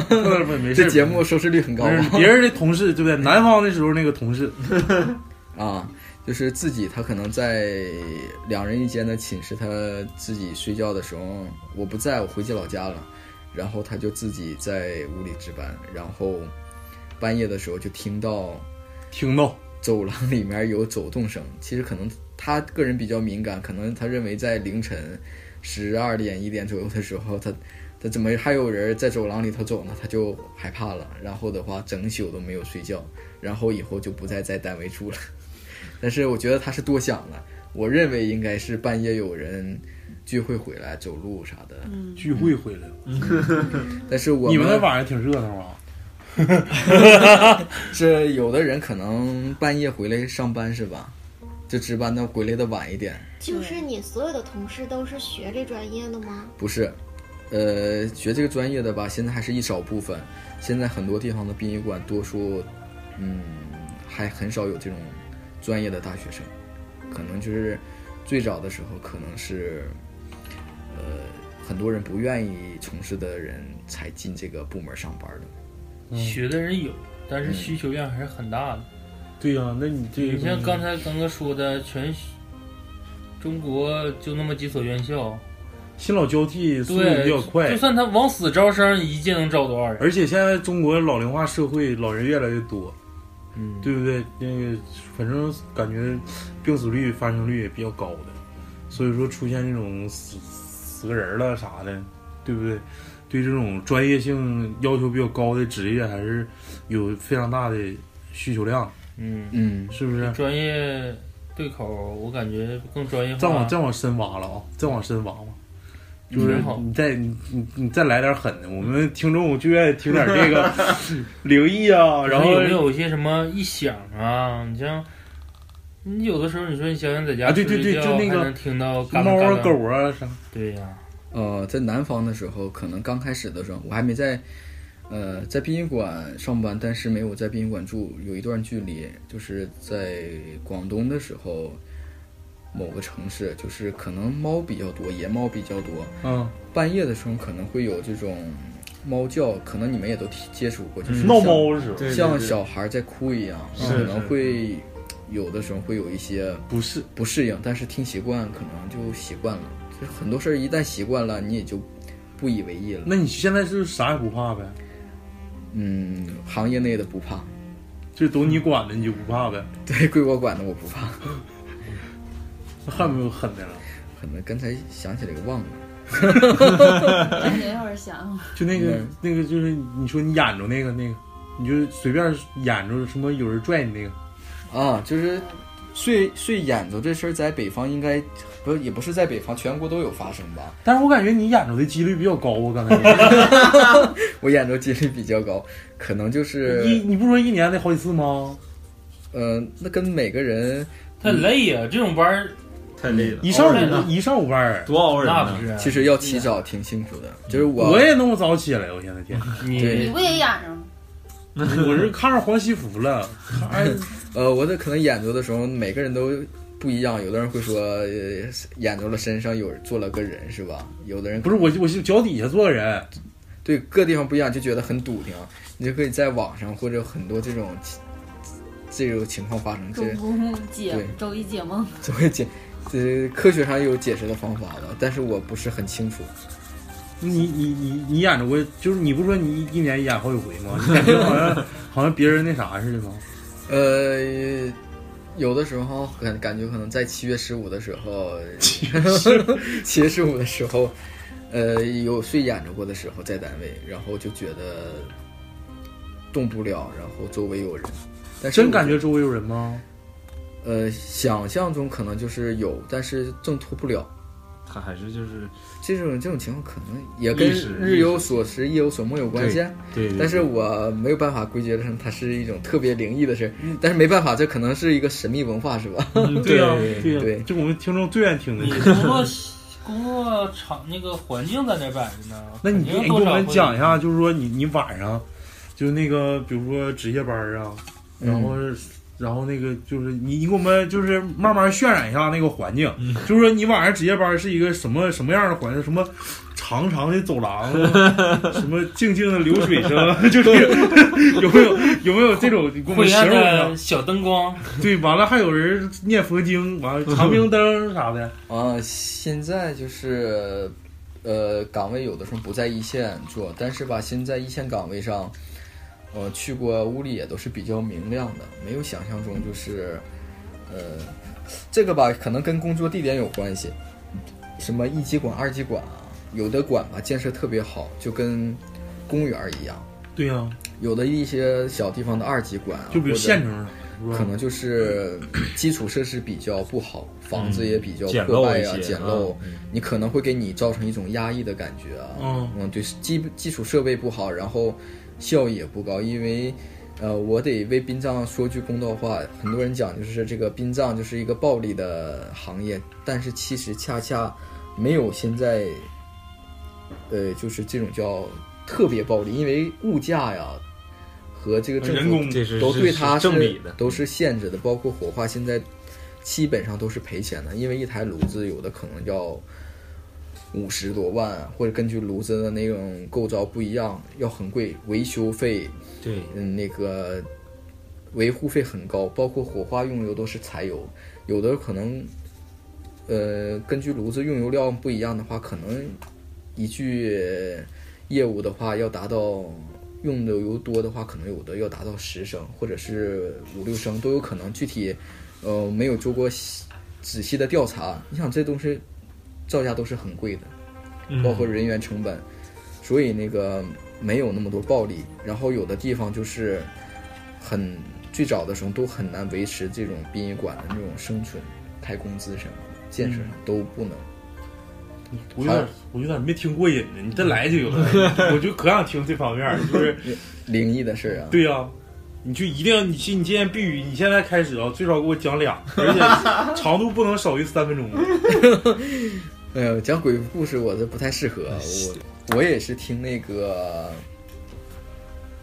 Speaker 5: 不不没事，
Speaker 4: 这节目收视率很高
Speaker 5: 没事
Speaker 4: 吧？
Speaker 5: 别人的同事对不对？南方的时候那个同事，
Speaker 4: 啊，就是自己他可能在两人一间的寝室，他自己睡觉的时候，我不在，我回去老家了，然后他就自己在屋里值班，然后半夜的时候就听到
Speaker 5: 听到
Speaker 4: 走廊里面有走动声。 其实可能他个人比较敏感，可能他认为在凌晨十二点一点左右的时候，他他怎么还有人在走廊里头走呢？他就害怕了，然后的话整宿都没有睡觉，然后以后就不再在单位住了。 但是我觉得他是多想了，我认为应该是半夜有人聚会回来走路啥的。
Speaker 8: 嗯
Speaker 5: 聚会回来了，
Speaker 4: 但是我
Speaker 5: 你们那晚上挺热闹啊。
Speaker 4: 是有的人可能半夜回来上班是吧？就值班的回来的晚一点，
Speaker 7: 就是你所有的同事都是学这专业的吗？
Speaker 4: 不是，呃，学这个专业的吧，现在还是一少部分。现在很多地方的殡仪馆，多数，嗯，还很少有这种专业的大学生，可能就是最早的时候，可能是，呃，很多人不愿意从事的人才进这个部门上班的。
Speaker 5: 嗯
Speaker 9: 学的人有，但是需求量还是很大的。
Speaker 5: 对嗯呀、那你这个
Speaker 9: 你像刚才刚哥说的，全中国就那么几所院校，
Speaker 5: 新老交替速度
Speaker 9: 对，
Speaker 5: 比较快
Speaker 9: 就，算他往死招生，一届能招多少人？
Speaker 5: 而且现在中国老龄化社会，老人越来越多，
Speaker 4: 嗯，
Speaker 5: 对不对？那个反正感觉病死率、发生率也比较高的，所以说出现这种死死个人了啥的，对不对？对这种专业性要求比较高的职业，还是有非常大的需求量，
Speaker 9: 嗯，
Speaker 4: 嗯，
Speaker 5: 是不是？
Speaker 9: 专业对口，我感觉更专业化。
Speaker 5: 再往再往深挖了啊，再往深挖吧。就
Speaker 9: 挺
Speaker 5: 是
Speaker 9: 好
Speaker 5: 你再你你你再来点狠的，我们听众就愿意听点这 个灵异啊，然后
Speaker 9: 有没有一些什么异响啊？你像，你有的时候你说你想想在家
Speaker 5: 啊对对对
Speaker 9: 睡觉
Speaker 5: 就那个
Speaker 9: 还能听到嘎
Speaker 5: 猫
Speaker 9: 嘎
Speaker 5: 啊
Speaker 9: 嘎、
Speaker 5: 狗啊啥，
Speaker 9: 对呀、
Speaker 4: 呃，在南方的时候，可能刚开始的时候，我还没在，呃，在殡仪馆上班，但是没有在殡仪馆住，有一段距离。就是在广东的时候，某个城市，就是可能猫比较多，野猫比较多，
Speaker 5: 嗯，
Speaker 4: 半夜的时候可能会有这种猫叫，可能你们也都提接触过，就是
Speaker 5: 闹
Speaker 4: 嗯像
Speaker 5: 猫的时候
Speaker 10: 对对
Speaker 4: 像
Speaker 10: 对
Speaker 4: 小孩在哭一样，
Speaker 10: 是
Speaker 4: 可能
Speaker 10: 是
Speaker 4: 会有的时候会有一些
Speaker 5: 不是
Speaker 4: 不适应，但是听习惯可能就习惯了。就是很多事儿一旦习惯了，你也就不以为意了。
Speaker 5: 那你现在是啥也不怕呗？
Speaker 4: 嗯，行业内的不怕，
Speaker 5: 就都你管的，你就不怕呗？
Speaker 4: 对归我管的我不怕。
Speaker 5: 那还没有狠的了，
Speaker 4: 可能刚才想起来给忘了。
Speaker 8: 等一会儿想，啊
Speaker 5: 就那个、
Speaker 4: 嗯
Speaker 5: 那个就是你说你演着那个那个，你就随便演着什么有人拽你那个，
Speaker 4: 啊，就是睡睡眼睛这事儿，在北方应该不也不是在北方，全国都有发生吧？
Speaker 5: 但是我感觉你演着的几率比较高，我刚才
Speaker 4: 我眼周几率比较高，可能就是
Speaker 5: 一你不说一年得好几次吗？
Speaker 4: 呃，那跟每个人
Speaker 9: 太累呀、这种班儿
Speaker 10: 太累了，
Speaker 5: 一上
Speaker 9: 熬夜呢
Speaker 5: 午一上午班儿，
Speaker 10: 多熬人
Speaker 9: 那
Speaker 10: 呢
Speaker 9: 不。是。
Speaker 4: 其实要起早挺辛苦的，就是我
Speaker 5: 啊我也那么早起来，我现在天，
Speaker 9: 你
Speaker 8: 你
Speaker 4: 对
Speaker 8: 不也养着吗？
Speaker 5: 我是看上黄西服了，哎，
Speaker 4: 呃，我的可能演奏的时候，每个人都不一样，有的人会说、呃、演奏了身上有坐了个人是吧？有的人
Speaker 5: 不是我我是脚底下坐个人，
Speaker 4: 对各地方不一样，就觉得很笃定，你就可以在网上或者很多这种这种情况发生，
Speaker 8: 周
Speaker 4: 这
Speaker 8: 公解
Speaker 4: 对
Speaker 8: 周一解梦，
Speaker 4: 怎么解？这科学上有解释的方法了，但是我不是很清楚。
Speaker 5: 你你你你演着过，就是你不说你一一年演好几回吗？你感觉好像好像别人那啥似的吗？
Speaker 4: 呃，有的时候感感觉可能在七月十五的时候，七月十五的时候，呃，有睡演着过的时候在单位，然后就觉得动不了，然后周围有人，但是
Speaker 5: 真
Speaker 4: 我
Speaker 5: 感觉周围有人吗？
Speaker 4: 呃，想象中可能就是有，但是挣脱不了。
Speaker 10: 他还是就是
Speaker 4: 这种这种情况可能也跟
Speaker 10: 历史
Speaker 4: 日有所思夜有所梦有关系啊，
Speaker 10: 对，对
Speaker 4: 但是我没有办法归结成它是一种特别灵异的事儿，但是没办法，这可能是一个神秘文化，是吧？
Speaker 5: 嗯对呀
Speaker 10: 对啊
Speaker 5: 对
Speaker 4: 对
Speaker 5: 呀，就我们听众最愿意听的
Speaker 9: 你。工作工作场那个环境在那摆着呢，
Speaker 5: 那你给
Speaker 9: 肯定
Speaker 5: 给
Speaker 9: 多
Speaker 5: 我
Speaker 9: 少
Speaker 5: 们
Speaker 9: 会
Speaker 5: 讲一下，就是说你你晚上，就那个比如说值夜班啊，然后然后那个就是你，你给我们就是慢慢渲染一下那个环境，就是说你晚上值夜班是一个什么什么样的环境？什么长长的走 廊，什么静静的流水声， 就是有没有有没有这种？你给我们
Speaker 9: 灰
Speaker 5: 形
Speaker 9: 暗
Speaker 5: 容一下
Speaker 9: 的。小灯光，
Speaker 5: 对，完了还有人念佛经，完了长明灯啥的。
Speaker 4: 啊，现在就是，呃，岗位有的时候不在一线做，但是吧，现在一线岗位上，呃，去过屋里也都是比较明亮的，没有想象中就是，呃，这个吧，可能跟工作地点有关系，什么一级管、二级管啊，有的管吧建设特别好，就跟公园儿一样，
Speaker 5: 对呀、
Speaker 4: 有的一些小地方的二级管啊，
Speaker 5: 就比如
Speaker 4: 或者
Speaker 5: 县城啥的，
Speaker 4: 可能就是基础设施比较不好，房子也比
Speaker 5: 嗯
Speaker 4: 较
Speaker 10: 简
Speaker 4: 破
Speaker 10: 陋
Speaker 4: 败
Speaker 10: 一
Speaker 4: 呀、
Speaker 10: 些
Speaker 4: 简
Speaker 10: 啊
Speaker 4: 陋，你可能会给你造成一种压抑的感觉啊。
Speaker 5: 嗯
Speaker 4: 对，基基础设备不好，然后效益也不高，因为。呃，我得为殡葬说句公道话，很多人讲就是这个殡葬就是一个暴利的行业，但是其实恰恰没有现在，呃，就是这种叫特别暴利，因为物价呀和这个政府
Speaker 5: 人工
Speaker 10: 这是
Speaker 4: 都对
Speaker 10: 是
Speaker 4: 它
Speaker 10: 是正比的，
Speaker 4: 都是限制的，包括火化现在基本上都是赔钱的，因为一台炉子有的可能要五十多万，啊或者根据炉子的那种构造不一样，要很贵，维修费，
Speaker 10: 对，
Speaker 4: 嗯，那个维护费很高，包括火化用油都是柴油，有的可能，呃，根据炉子用油量不一样的话，可能一具业务的话要达到用的油多的话，可能有的要达到十升或者是五六升都有可能，具体呃没有做过细仔细的调查。你想这东西造价都是很贵的，包括人员成本，所以那个没有那么多暴利。然后有的地方就是很最早的时候都很难维持这种殡仪馆的那种生存，开工资什么的建设上都不能。
Speaker 5: 我有点，我有点没听过瘾呢。你再来就有了，我就可想听这方面儿，就是
Speaker 4: 灵异的事儿啊，
Speaker 5: 对呀、你就一定，你去，你今天必须，你现在开始啊，最少给我讲俩，而且长度不能少于三分钟。
Speaker 4: 哎呦，讲鬼故事我这不太适合，我我也是听那个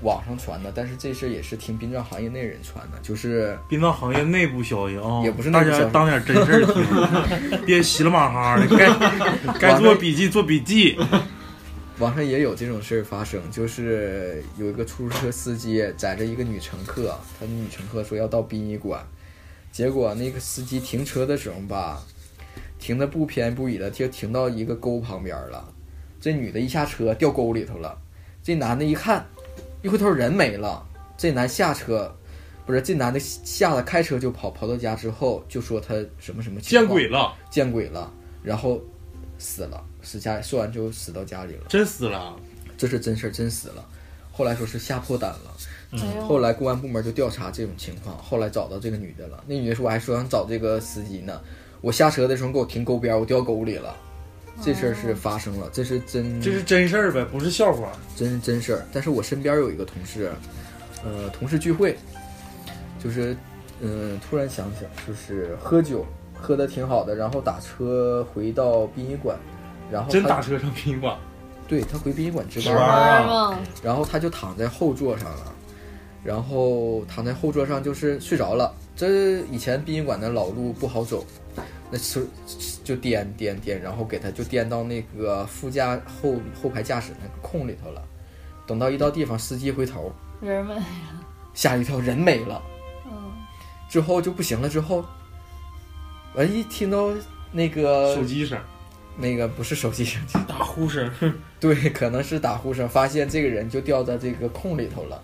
Speaker 4: 网上传的，但是这事儿也是听殡葬行业内人传的，就是
Speaker 5: 殡葬行业内部消息啊、
Speaker 4: 也不是内
Speaker 5: 大
Speaker 4: 部消
Speaker 5: 家
Speaker 4: 息
Speaker 5: 当点真事儿听，别稀里马哈的，该 该做笔记做笔记。
Speaker 4: 网上也有这种事儿发生，就是有一个出租车司机载着一个女乘客，他的女乘客说要到殡仪馆，结果那个司机停车的时候吧，停的不偏不倚的，就停到一个沟旁边了。这女的一下车掉沟里头了，这男的一看，一回头人没了，这男下车。不是，这男的吓得开车就跑，跑到家之后就说他什么什么情
Speaker 5: 见
Speaker 4: 况
Speaker 5: 鬼，了，
Speaker 4: 见鬼了，然后死了，死家说完之后死到家里了。
Speaker 5: 真死了，
Speaker 4: 这是真事儿，真死了。后来说是吓破胆了，
Speaker 8: 哎呦，
Speaker 4: 后来公安部门就调查这种情况，后来找到这个女的了。那女的说我还说想找这个司机呢，我下车的时候给我停沟边儿，我掉沟里了。这事儿是发生了，这是真，
Speaker 5: 这是真事儿呗，不是笑话。
Speaker 4: 真真事儿。但是我身边有一个同事，呃，同事聚会，就是，嗯、突然想起来，就是喝酒喝的挺好的，然后打车回到殡仪馆，然后
Speaker 5: 真
Speaker 4: 他
Speaker 5: 打车上殡仪馆，
Speaker 4: 对他回殡仪馆值
Speaker 8: 值
Speaker 4: 班儿。啊
Speaker 8: 班吗？
Speaker 4: 然后他就躺在后座上了，然后躺在后座上就是睡着了。这以前殡仪馆的老路不好走，那是就颠颠颠，然后给他就颠到那个副驾后后排驾驶那个空里头了。等到一到地方，司机回头
Speaker 8: 人们，
Speaker 4: 吓一跳，人没了。
Speaker 8: 嗯，
Speaker 4: 之后就不行了，之后完一听到那个
Speaker 5: 手机声，
Speaker 4: 那个不是手机声，
Speaker 6: 打呼声，
Speaker 4: 对，可能是打呼声，发现这个人就掉在这个空里头了，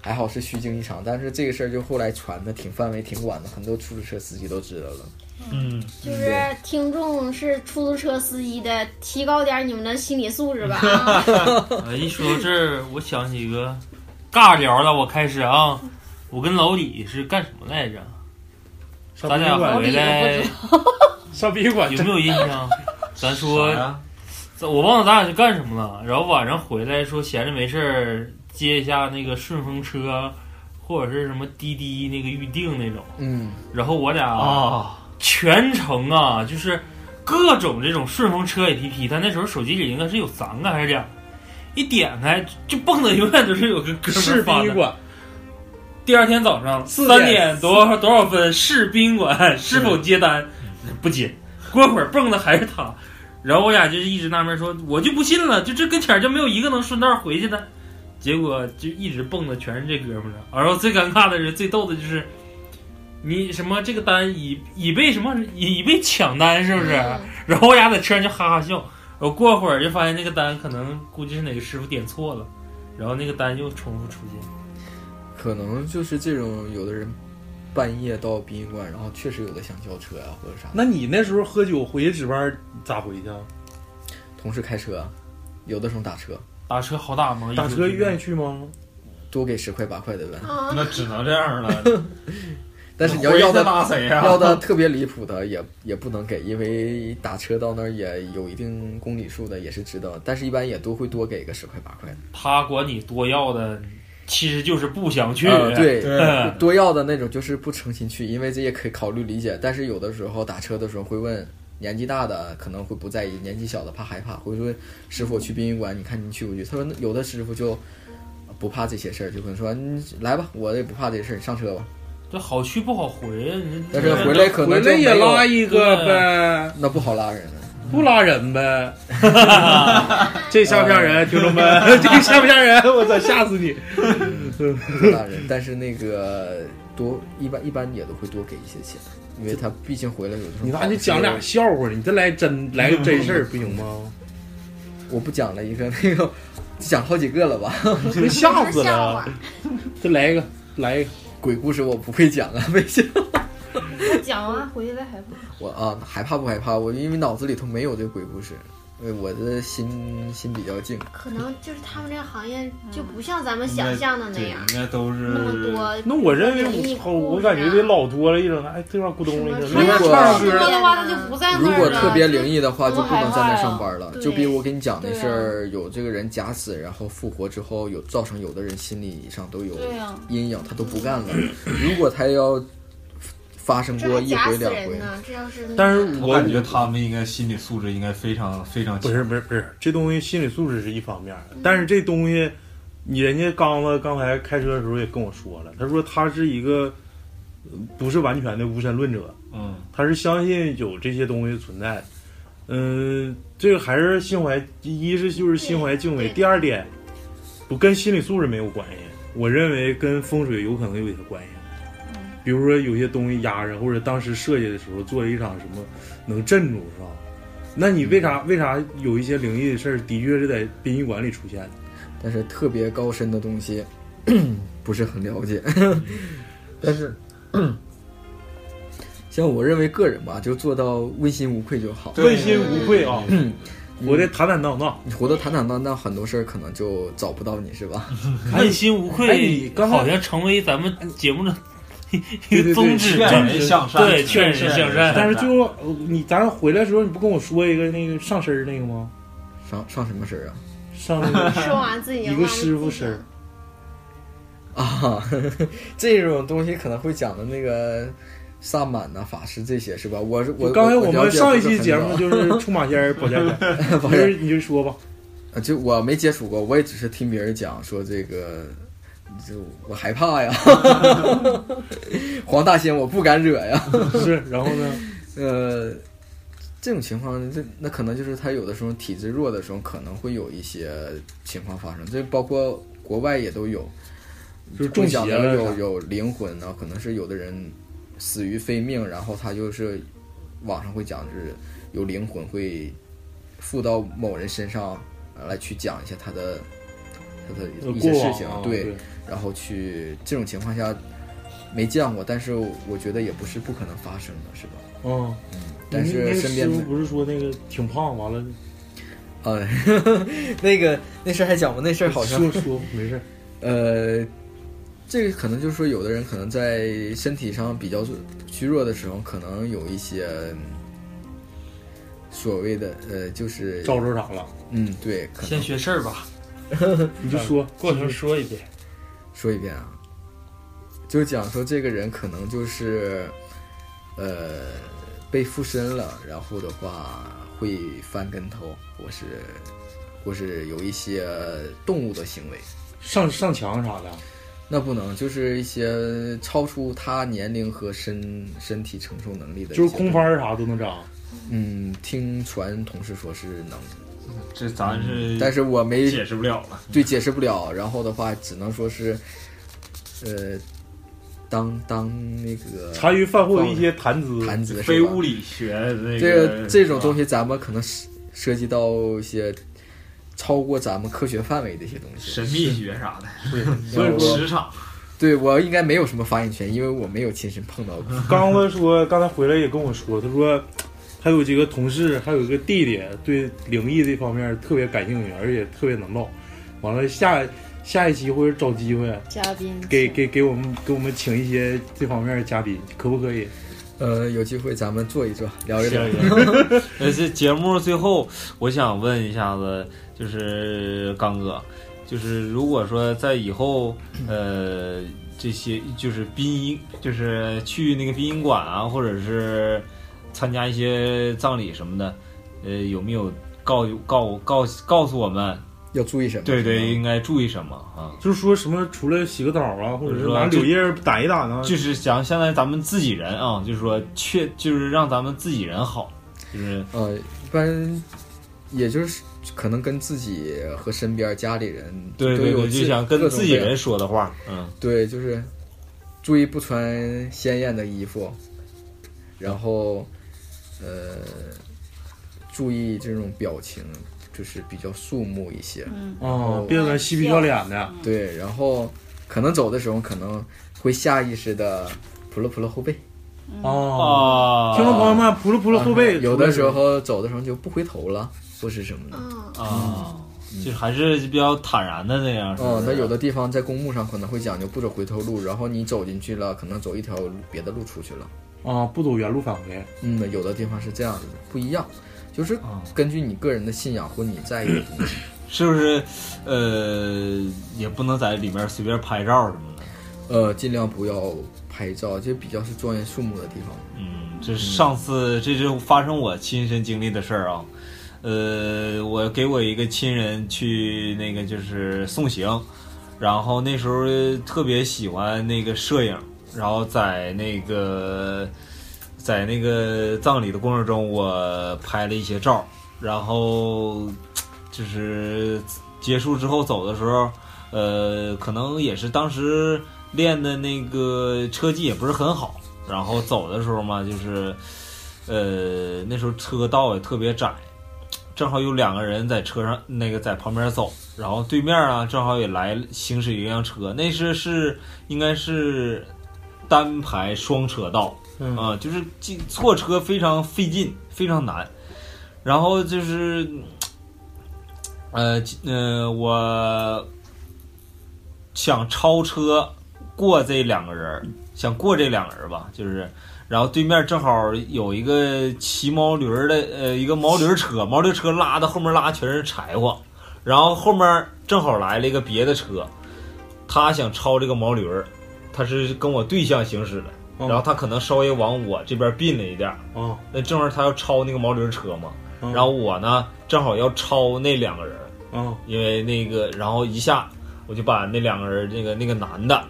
Speaker 4: 还好是虚惊一场。但是这个事儿就后来传的挺范围挺广的，很多出租车司机都知道了。
Speaker 6: 嗯，
Speaker 7: 就是听众是出租车司机的，提高点儿你们的心理 素质吧啊！
Speaker 9: 呃，一说到这儿，我想起一个尬聊了。我开始啊，我跟老李是干什么来着？
Speaker 5: 上
Speaker 9: 咱
Speaker 5: 殡
Speaker 9: 俩
Speaker 5: 仪馆，
Speaker 9: 回来
Speaker 5: 上殡仪馆
Speaker 9: 有没有印 象？咱说
Speaker 10: 啥，呀
Speaker 9: 我忘了咱俩去干什么了。然后晚上回来说闲着没事儿接一下那个顺风车，或者是什么滴滴那个预定那种。
Speaker 4: 嗯，
Speaker 9: 然后我俩
Speaker 10: 啊，
Speaker 9: 全程啊，就是各种这种顺风车 APP，但那时候手机里应该是有三个还是两个，一点开就蹦的永远都是有个哥们
Speaker 5: 是
Speaker 9: 儿发
Speaker 5: 殡仪
Speaker 9: 的，
Speaker 5: 馆，
Speaker 9: 第二天早上
Speaker 5: 四
Speaker 9: 三
Speaker 5: 点
Speaker 9: 点多少多少分，市宾 馆是否接单？不接。过会儿蹦的还是他，然后我俩就一直纳闷说，我就不信了，就这跟前儿就没有一个能顺道回去的。结果就一直蹦的全是这哥们儿，然后最尴尬的是最逗的就是，你什么这个单已已被什么已已被抢单是不是？
Speaker 5: 嗯
Speaker 7: 嗯
Speaker 9: 然后我俩在车上就哈哈笑。我过会儿就发现那个单可能估计是哪个师傅点错了，然后那个单又重复出现。
Speaker 4: 可能就是这种，有的人半夜到殡仪馆，然后确实有的想叫车呀、或者啥，
Speaker 5: 那你那时候喝酒回去值班咋回去啊？
Speaker 4: 同事开车，啊有的时候打车，
Speaker 9: 打车好打吗？
Speaker 5: 打车愿意
Speaker 9: 意
Speaker 5: 去吗？
Speaker 4: 多给十块八块的呗。
Speaker 7: 啊，
Speaker 10: 那只能这样了。
Speaker 4: 但是你要要
Speaker 10: 的
Speaker 4: 的
Speaker 10: 拉谁呀、
Speaker 4: 要的特别离谱的也也不能给，因为打车到那儿也有一定公里数的，也是知道，但是一般也都会多给个十块八块的。
Speaker 9: 他管你多要的，其实就是不想去。
Speaker 5: 啊
Speaker 9: 哎
Speaker 4: 呃对
Speaker 10: 对
Speaker 4: 多要的那种就是不诚心去，因为这也可以考虑理解。但是有的时候打车的时候会问，年纪大的可能会不在意，年纪小的怕害怕，会问师傅我去殡仪馆，你看你去不去？他说有的师傅就不怕这些事儿，就可能说你来吧，我也不怕这事儿，你上车吧。
Speaker 9: 这好去不好回，啊你
Speaker 4: 但是回来可能就没有
Speaker 9: 一个呗，
Speaker 4: 那不好拉人了。
Speaker 9: 不拉人呗。
Speaker 5: 这吓不吓人，听众 们？这吓不吓人？我操，吓死你！
Speaker 4: 多大人，但是那个多一般一般也都会多给一些钱，因为他毕竟回来有的时候
Speaker 5: 你咋就讲俩笑话呢？你再来真来个真事儿不 行吗？
Speaker 4: 我不讲了一个那个，讲好几个了吧？
Speaker 5: 这吓死
Speaker 7: 笑
Speaker 5: 了
Speaker 7: 话！，
Speaker 5: 再来一个，来一个。
Speaker 4: 鬼故事我不会讲啊，微信
Speaker 8: 讲啊完回来还不
Speaker 4: 我啊害怕不害怕？我因为脑子里头没有这个鬼故事，因为我的心心比较静。
Speaker 7: 可能就是他们这个行业就不像咱们想象的那
Speaker 10: 对，
Speaker 7: 样
Speaker 10: 应该都是
Speaker 7: 那么多。
Speaker 5: 那嗯我认为我操，我感觉得老多了，一整哎，这块咕咚了一
Speaker 7: 啊什
Speaker 5: 声，
Speaker 4: 如
Speaker 7: 么
Speaker 5: 那
Speaker 4: 果
Speaker 5: 边唱
Speaker 8: 说
Speaker 5: 歌
Speaker 7: 了
Speaker 8: 的话，他就不在
Speaker 4: 如
Speaker 8: 那儿
Speaker 4: 果
Speaker 8: 了
Speaker 4: 特别灵异的话，就不能在那
Speaker 8: 多害怕呀
Speaker 4: 上班了。
Speaker 7: 对
Speaker 4: 就比如我给你讲那
Speaker 8: 对啊
Speaker 4: 事儿，有这个人假死，然后复活之后，有造成有的人心理上都有
Speaker 8: 对呀、啊
Speaker 4: 阴影，他都不干了。如果他要发生
Speaker 7: 这
Speaker 4: 过
Speaker 7: 还
Speaker 4: 一
Speaker 7: 假
Speaker 4: 回
Speaker 7: 死
Speaker 4: 两回
Speaker 7: 人，呢，这要是那
Speaker 5: 但
Speaker 7: 个
Speaker 5: 是
Speaker 10: 我
Speaker 5: 我
Speaker 10: 感觉他们应该心理素质应该非常非常
Speaker 5: 不
Speaker 10: 强。
Speaker 5: 是不是不是，这东西心理素质是一方面儿，但是这东西，你人家刚子刚才开车的时候也跟我说了，他说他是一个呃不是完全的无神论者，
Speaker 10: 嗯，
Speaker 5: 他是相信有这些东西存在。嗯，这个还是心怀，一是就是心怀敬畏，
Speaker 7: 对
Speaker 5: 第二点，不跟心理素质没有关系，我认为跟风水有可能有些关系。比如说有些东西压着，或者当时设计的时候做了一场什么能镇住，是吧？那你为
Speaker 9: 嗯
Speaker 5: 啥为啥有一些灵异的事儿，的确是在殡仪馆里出现的？
Speaker 4: 但是特别高深的东西 不是很了解。 但是， 像我认为个人吧，就做到问心无愧就好。
Speaker 5: 问心无愧啊，
Speaker 4: 嗯
Speaker 5: 活得坦坦荡荡。
Speaker 4: 你活得坦坦荡荡，很多事儿可能就找不到你，是吧？
Speaker 9: 问心无
Speaker 5: 哎
Speaker 9: 愧
Speaker 5: 你，刚才
Speaker 9: 好像成为咱们节目的 一
Speaker 5: 对对
Speaker 9: 个宗旨。
Speaker 10: 劝人向
Speaker 9: 嗯
Speaker 10: 善，
Speaker 9: 对劝人向善
Speaker 5: 但是最后呃你咱回来的时候，你不跟我说一个那个上身儿那个吗？
Speaker 4: 上上什么身儿啊？
Speaker 5: 上那 个
Speaker 7: 说完自己
Speaker 5: 一个师傅身儿，
Speaker 4: 啊， 这种东西可能会讲的那个萨满呐、法师这些是吧？我是我
Speaker 5: 就刚才
Speaker 4: 我
Speaker 5: 我们
Speaker 4: 了解
Speaker 5: 上一
Speaker 4: 不是
Speaker 5: 期节
Speaker 4: 很
Speaker 5: 目
Speaker 4: 了
Speaker 5: 就是 出马仙儿、保家仙，
Speaker 4: 不
Speaker 5: 就是是你就说吧，
Speaker 4: 啊就我没接触过，我也只是听别人讲说这个，就我害怕呀， 黄大仙我不敢惹呀。
Speaker 5: 是，然后呢，
Speaker 4: 呃，这种情况，这那可能就是他有的时候体质弱的时候，可能会有一些情况发生。这包括国外也都有，
Speaker 5: 就是中
Speaker 4: 中
Speaker 5: 邪
Speaker 4: 奖的
Speaker 5: 了
Speaker 4: 有
Speaker 5: 啥，
Speaker 4: 有灵魂呢，可能是有的人死于非命，然后他就是网上会讲是有灵魂会附到某人身上呃来去讲一下他的他的
Speaker 5: 呃
Speaker 4: 一
Speaker 5: 过
Speaker 4: 些
Speaker 5: 往
Speaker 4: 事
Speaker 5: 啊
Speaker 4: 情，
Speaker 5: 对，
Speaker 4: 然后去这种情况下没见过，但是我觉得也不是不可能发生的，是吧？
Speaker 5: 嗯，
Speaker 4: 但
Speaker 5: 那
Speaker 4: 是
Speaker 5: 个
Speaker 4: 身
Speaker 5: 师
Speaker 4: 边
Speaker 5: 傅
Speaker 4: 的
Speaker 5: 不是说那个挺胖，完了
Speaker 4: 呃， 那个那事儿还讲吗？那事儿 好像
Speaker 5: 说说没事儿，
Speaker 4: 呃，这个可能就是说，有的人可能在身体上比较虚弱的时候，可能有一些嗯所谓的呃，就是
Speaker 5: 招着啥 了，
Speaker 4: 嗯，对，可
Speaker 9: 先
Speaker 4: 能
Speaker 9: 学事儿吧，
Speaker 5: 你就
Speaker 4: 嗯
Speaker 5: 说
Speaker 9: 过程说一遍。
Speaker 4: 说一遍啊，就讲说这个人可能就是呃被附身了，然后的话会翻跟头，或是或是有一些动物的行为。
Speaker 5: 上上墙啥的，
Speaker 4: 那不能，就是一些超出他年龄和身身体承受能力的，
Speaker 5: 就是空翻。儿啥都能长。
Speaker 4: 嗯，听传同事说是能，
Speaker 10: 这咱
Speaker 5: 嗯
Speaker 10: 是
Speaker 4: 但是我没
Speaker 10: 嗯解释不了了。
Speaker 4: 对解释不了。然后的话，只能说是，呃，当当那个
Speaker 5: 茶余饭后的一些谈资，
Speaker 4: 谈资是吧
Speaker 10: 非物理学那
Speaker 4: 这
Speaker 10: 个
Speaker 4: 个这种东西，咱们可能涉涉及到一些超过咱们科学范围的一些东西。
Speaker 10: 神秘学啥的，
Speaker 5: 所以说
Speaker 10: 职场
Speaker 4: 对我应该没有什么发言权，因为我没有亲身碰到过。
Speaker 5: 刚子说刚才回来也跟我说，他说还有几个同事，还有一个弟弟对灵异这方面特别感兴趣，而且特别能唠。完了下下一期或者找机会
Speaker 8: 嘉宾
Speaker 5: 给给给我们给我们请一些这方面的嘉宾，可不可以？
Speaker 4: 呃，有机会咱们坐一坐，聊一聊。
Speaker 10: 而且节目最后，我想问一下子，就是刚哥，就是如果说在以后，呃，
Speaker 4: 嗯
Speaker 10: 这些就是殡仪，就是去那个殡仪馆啊，或者是参加一些葬礼什么的，呃，有没有告告告告诉我们？
Speaker 4: 要注意什么？
Speaker 10: 对对，，应该注意什么啊？
Speaker 5: 就是说什么除了洗个澡啊，或者是
Speaker 10: 是吧
Speaker 5: 拿柳叶掸一掸呢？
Speaker 10: 就是想相当于咱们自己人啊，就是说确就是让咱们自己人好，就是
Speaker 4: 呃，一般也就是可能跟自己和身边家里人
Speaker 10: 对
Speaker 4: 都
Speaker 10: 对
Speaker 4: 有
Speaker 10: 对，
Speaker 4: 自
Speaker 10: 就想跟
Speaker 4: 各种
Speaker 10: 自己
Speaker 4: 各样
Speaker 10: 人说的话，嗯，
Speaker 4: 对，就是注意不穿鲜艳的衣服，然后呃，注意这种表情，就是比较肃穆一些。
Speaker 8: 嗯，
Speaker 5: 哦，别跟嬉皮笑脸的。
Speaker 4: 啊对，然后可能走的时候可能会下意识的扑了扑了后背，
Speaker 5: 哦，
Speaker 10: 啊，
Speaker 5: 听众朋友们，扑噜扑噜后背，
Speaker 4: 啊有的时候走的时候就不回头了，或是什么的。
Speaker 7: 嗯，
Speaker 10: 啊，就是还是比较坦然的那样。
Speaker 4: 哦，
Speaker 10: 是不
Speaker 4: 那
Speaker 10: 是
Speaker 4: 有的地方在公墓上可能会讲究不走回头路，然后你走进去了，可能走一条路别的路出去了。
Speaker 5: 啊，不走原路返回。
Speaker 4: 嗯，有的地方是这样子的，不一样，就是
Speaker 10: 啊
Speaker 4: 根据你个人的信仰或你在意的东西。
Speaker 10: 是不是呃，也不能在里面随便拍照什么的，
Speaker 4: 呃，尽量不要拍照，这比较是庄严肃穆的地方。
Speaker 10: 嗯，这是上次这是发生我亲身经历的事儿啊。呃，我给我一个亲人去那个就是送行，然后那时候特别喜欢那个摄影，然后在那个在那个葬礼的过程中，我拍了一些照，然后就是结束之后走的时候，呃，可能也是当时练的那个车技也不是很好，然后走的时候嘛，就是，呃，那时候车道也特别窄，正好有两个人在车上那个在旁边走，然后对面啊正好也来行驶一辆车，那是是应该是单排双车道，
Speaker 5: 嗯
Speaker 10: 啊、就是进错车非常费劲，非常难，然后就是。呃呃，我想超车过这两个人儿，想过这两个人儿吧，就是，然后对面正好有一个骑毛驴儿的，呃，一个毛驴儿车，毛驴车拉的后面拉全是柴火，然后后面正好来了一个别的车，他想超这个毛驴儿，他是跟我对向行驶的，
Speaker 5: 哦
Speaker 10: 然后他可能稍微往我这边并了一点儿，
Speaker 5: 啊，
Speaker 10: 那正好他要超那个毛驴儿车嘛，
Speaker 5: 嗯
Speaker 10: 然后我呢正好要超那两个人儿，
Speaker 5: 啊，
Speaker 10: 因为那个，然后一下我就把那两个人，那个那个男的，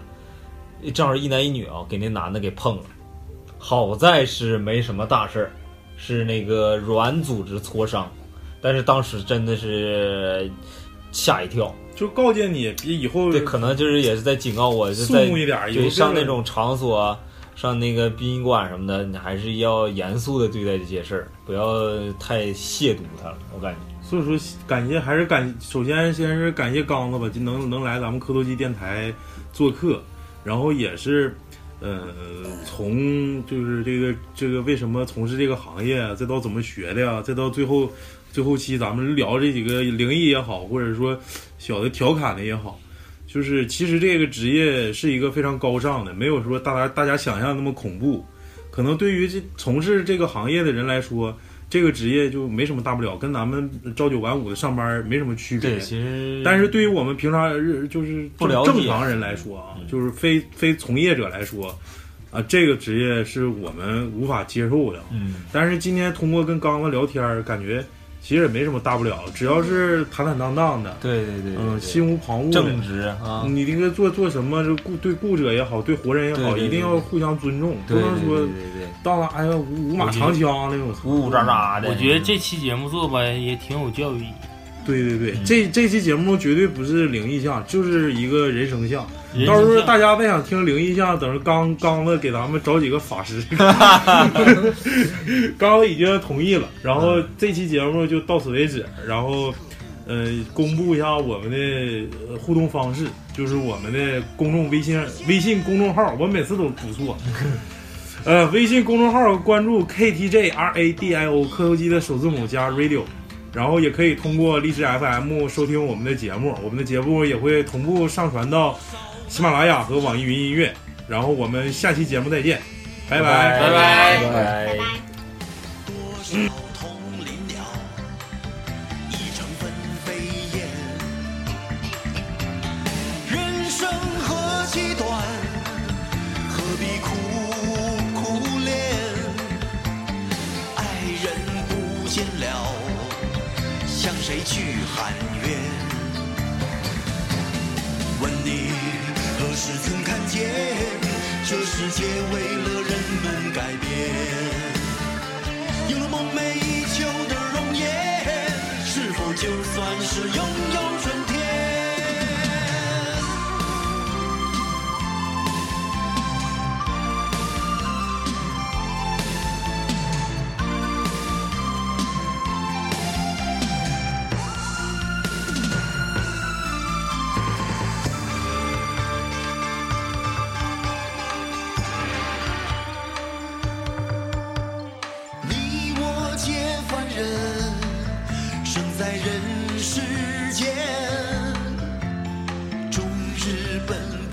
Speaker 10: 正好一男一女啊，给那男的给碰了。好在是没什么大事儿，是那个软组织挫伤，但是当时真的是吓一跳。
Speaker 5: 就告诫你，别以后
Speaker 10: 对，可能就是也是在警告我，就
Speaker 5: 肃
Speaker 10: 在
Speaker 5: 穆一点，有
Speaker 10: 对
Speaker 5: 这
Speaker 10: 上
Speaker 5: 个
Speaker 10: 那种场所，啊上那个殡仪馆什么的，你还是要严肃的对待这些事儿，不要太亵渎它了。我感觉。
Speaker 5: 所以说，感谢还是感，首先先是感谢刚子吧，就能能来咱们科多基电台做客，然后也是，呃，从就是这个这个为什么从事这个行业，啊再到怎么学的呀，再到最后最后期咱们聊这几个灵异也好，或者说小的调侃的也好，就是其实这个职业是一个非常高尚的，没有说大家大家想象那么恐怖，可能对于这从事这个行业的人来说。这个职业就没什么大不了，跟咱们朝九晚五的上班没什么区别
Speaker 10: 对，。其实
Speaker 5: 但是对于我们平常日就是
Speaker 10: 嗯不了解
Speaker 5: 正常人来说啊
Speaker 10: 嗯，
Speaker 5: 就是非非从业者来说，啊，这个职业是我们无法接受的。
Speaker 10: 嗯，
Speaker 5: 但是今天通过跟刚刚聊天儿，感觉其实也没什么大不了，只要是坦坦荡荡的，
Speaker 10: 对对对对
Speaker 5: 嗯，
Speaker 10: 对
Speaker 5: 心无旁骛的，
Speaker 10: 正直啊
Speaker 5: 你这个做做什么，就顾对顾者也好，对活人也好，
Speaker 10: 对对对
Speaker 5: 一定要互相尊重，
Speaker 10: 对
Speaker 5: 不
Speaker 10: 对
Speaker 5: 能
Speaker 10: 对
Speaker 5: 说
Speaker 10: 对对对
Speaker 5: 到了哎呀五五马长枪那种，
Speaker 10: 呜呜喳喳
Speaker 9: 我觉得这期节目做吧也挺有教育意义。
Speaker 5: 对对对，
Speaker 10: 嗯
Speaker 5: 这这期节目绝对不是灵异像，就是一个人生像。
Speaker 9: 人生像
Speaker 5: 到时候大家再想听灵异像，等着刚刚子给咱们找几个法师。刚子已经同意了，然后这期节目就到此为止，然后。呃，公布一下我们的呃互动方式，就是我们的公众微信微信公众号，我每次都不错。呃，微信公众号关注 KTJ R A D I O 磕头机的首字母加 Radio，然后也可以通过荔枝 FM 收听我们的节目，我们的节目也会同步上传到喜马拉雅和网易云音乐。然后我们下期节目再见，拜拜
Speaker 2: 拜拜拜拜拜
Speaker 7: 拜。
Speaker 11: 多少同林鸟，一成分飞燕。人生何其短，何必苦苦恋？爱人不见了，向谁去喊冤？问你何时曾看见，这世界为了人们改变？有了梦寐以求的容颜，是否就算是拥有春天？你我皆凡人，生在人世间，终日奔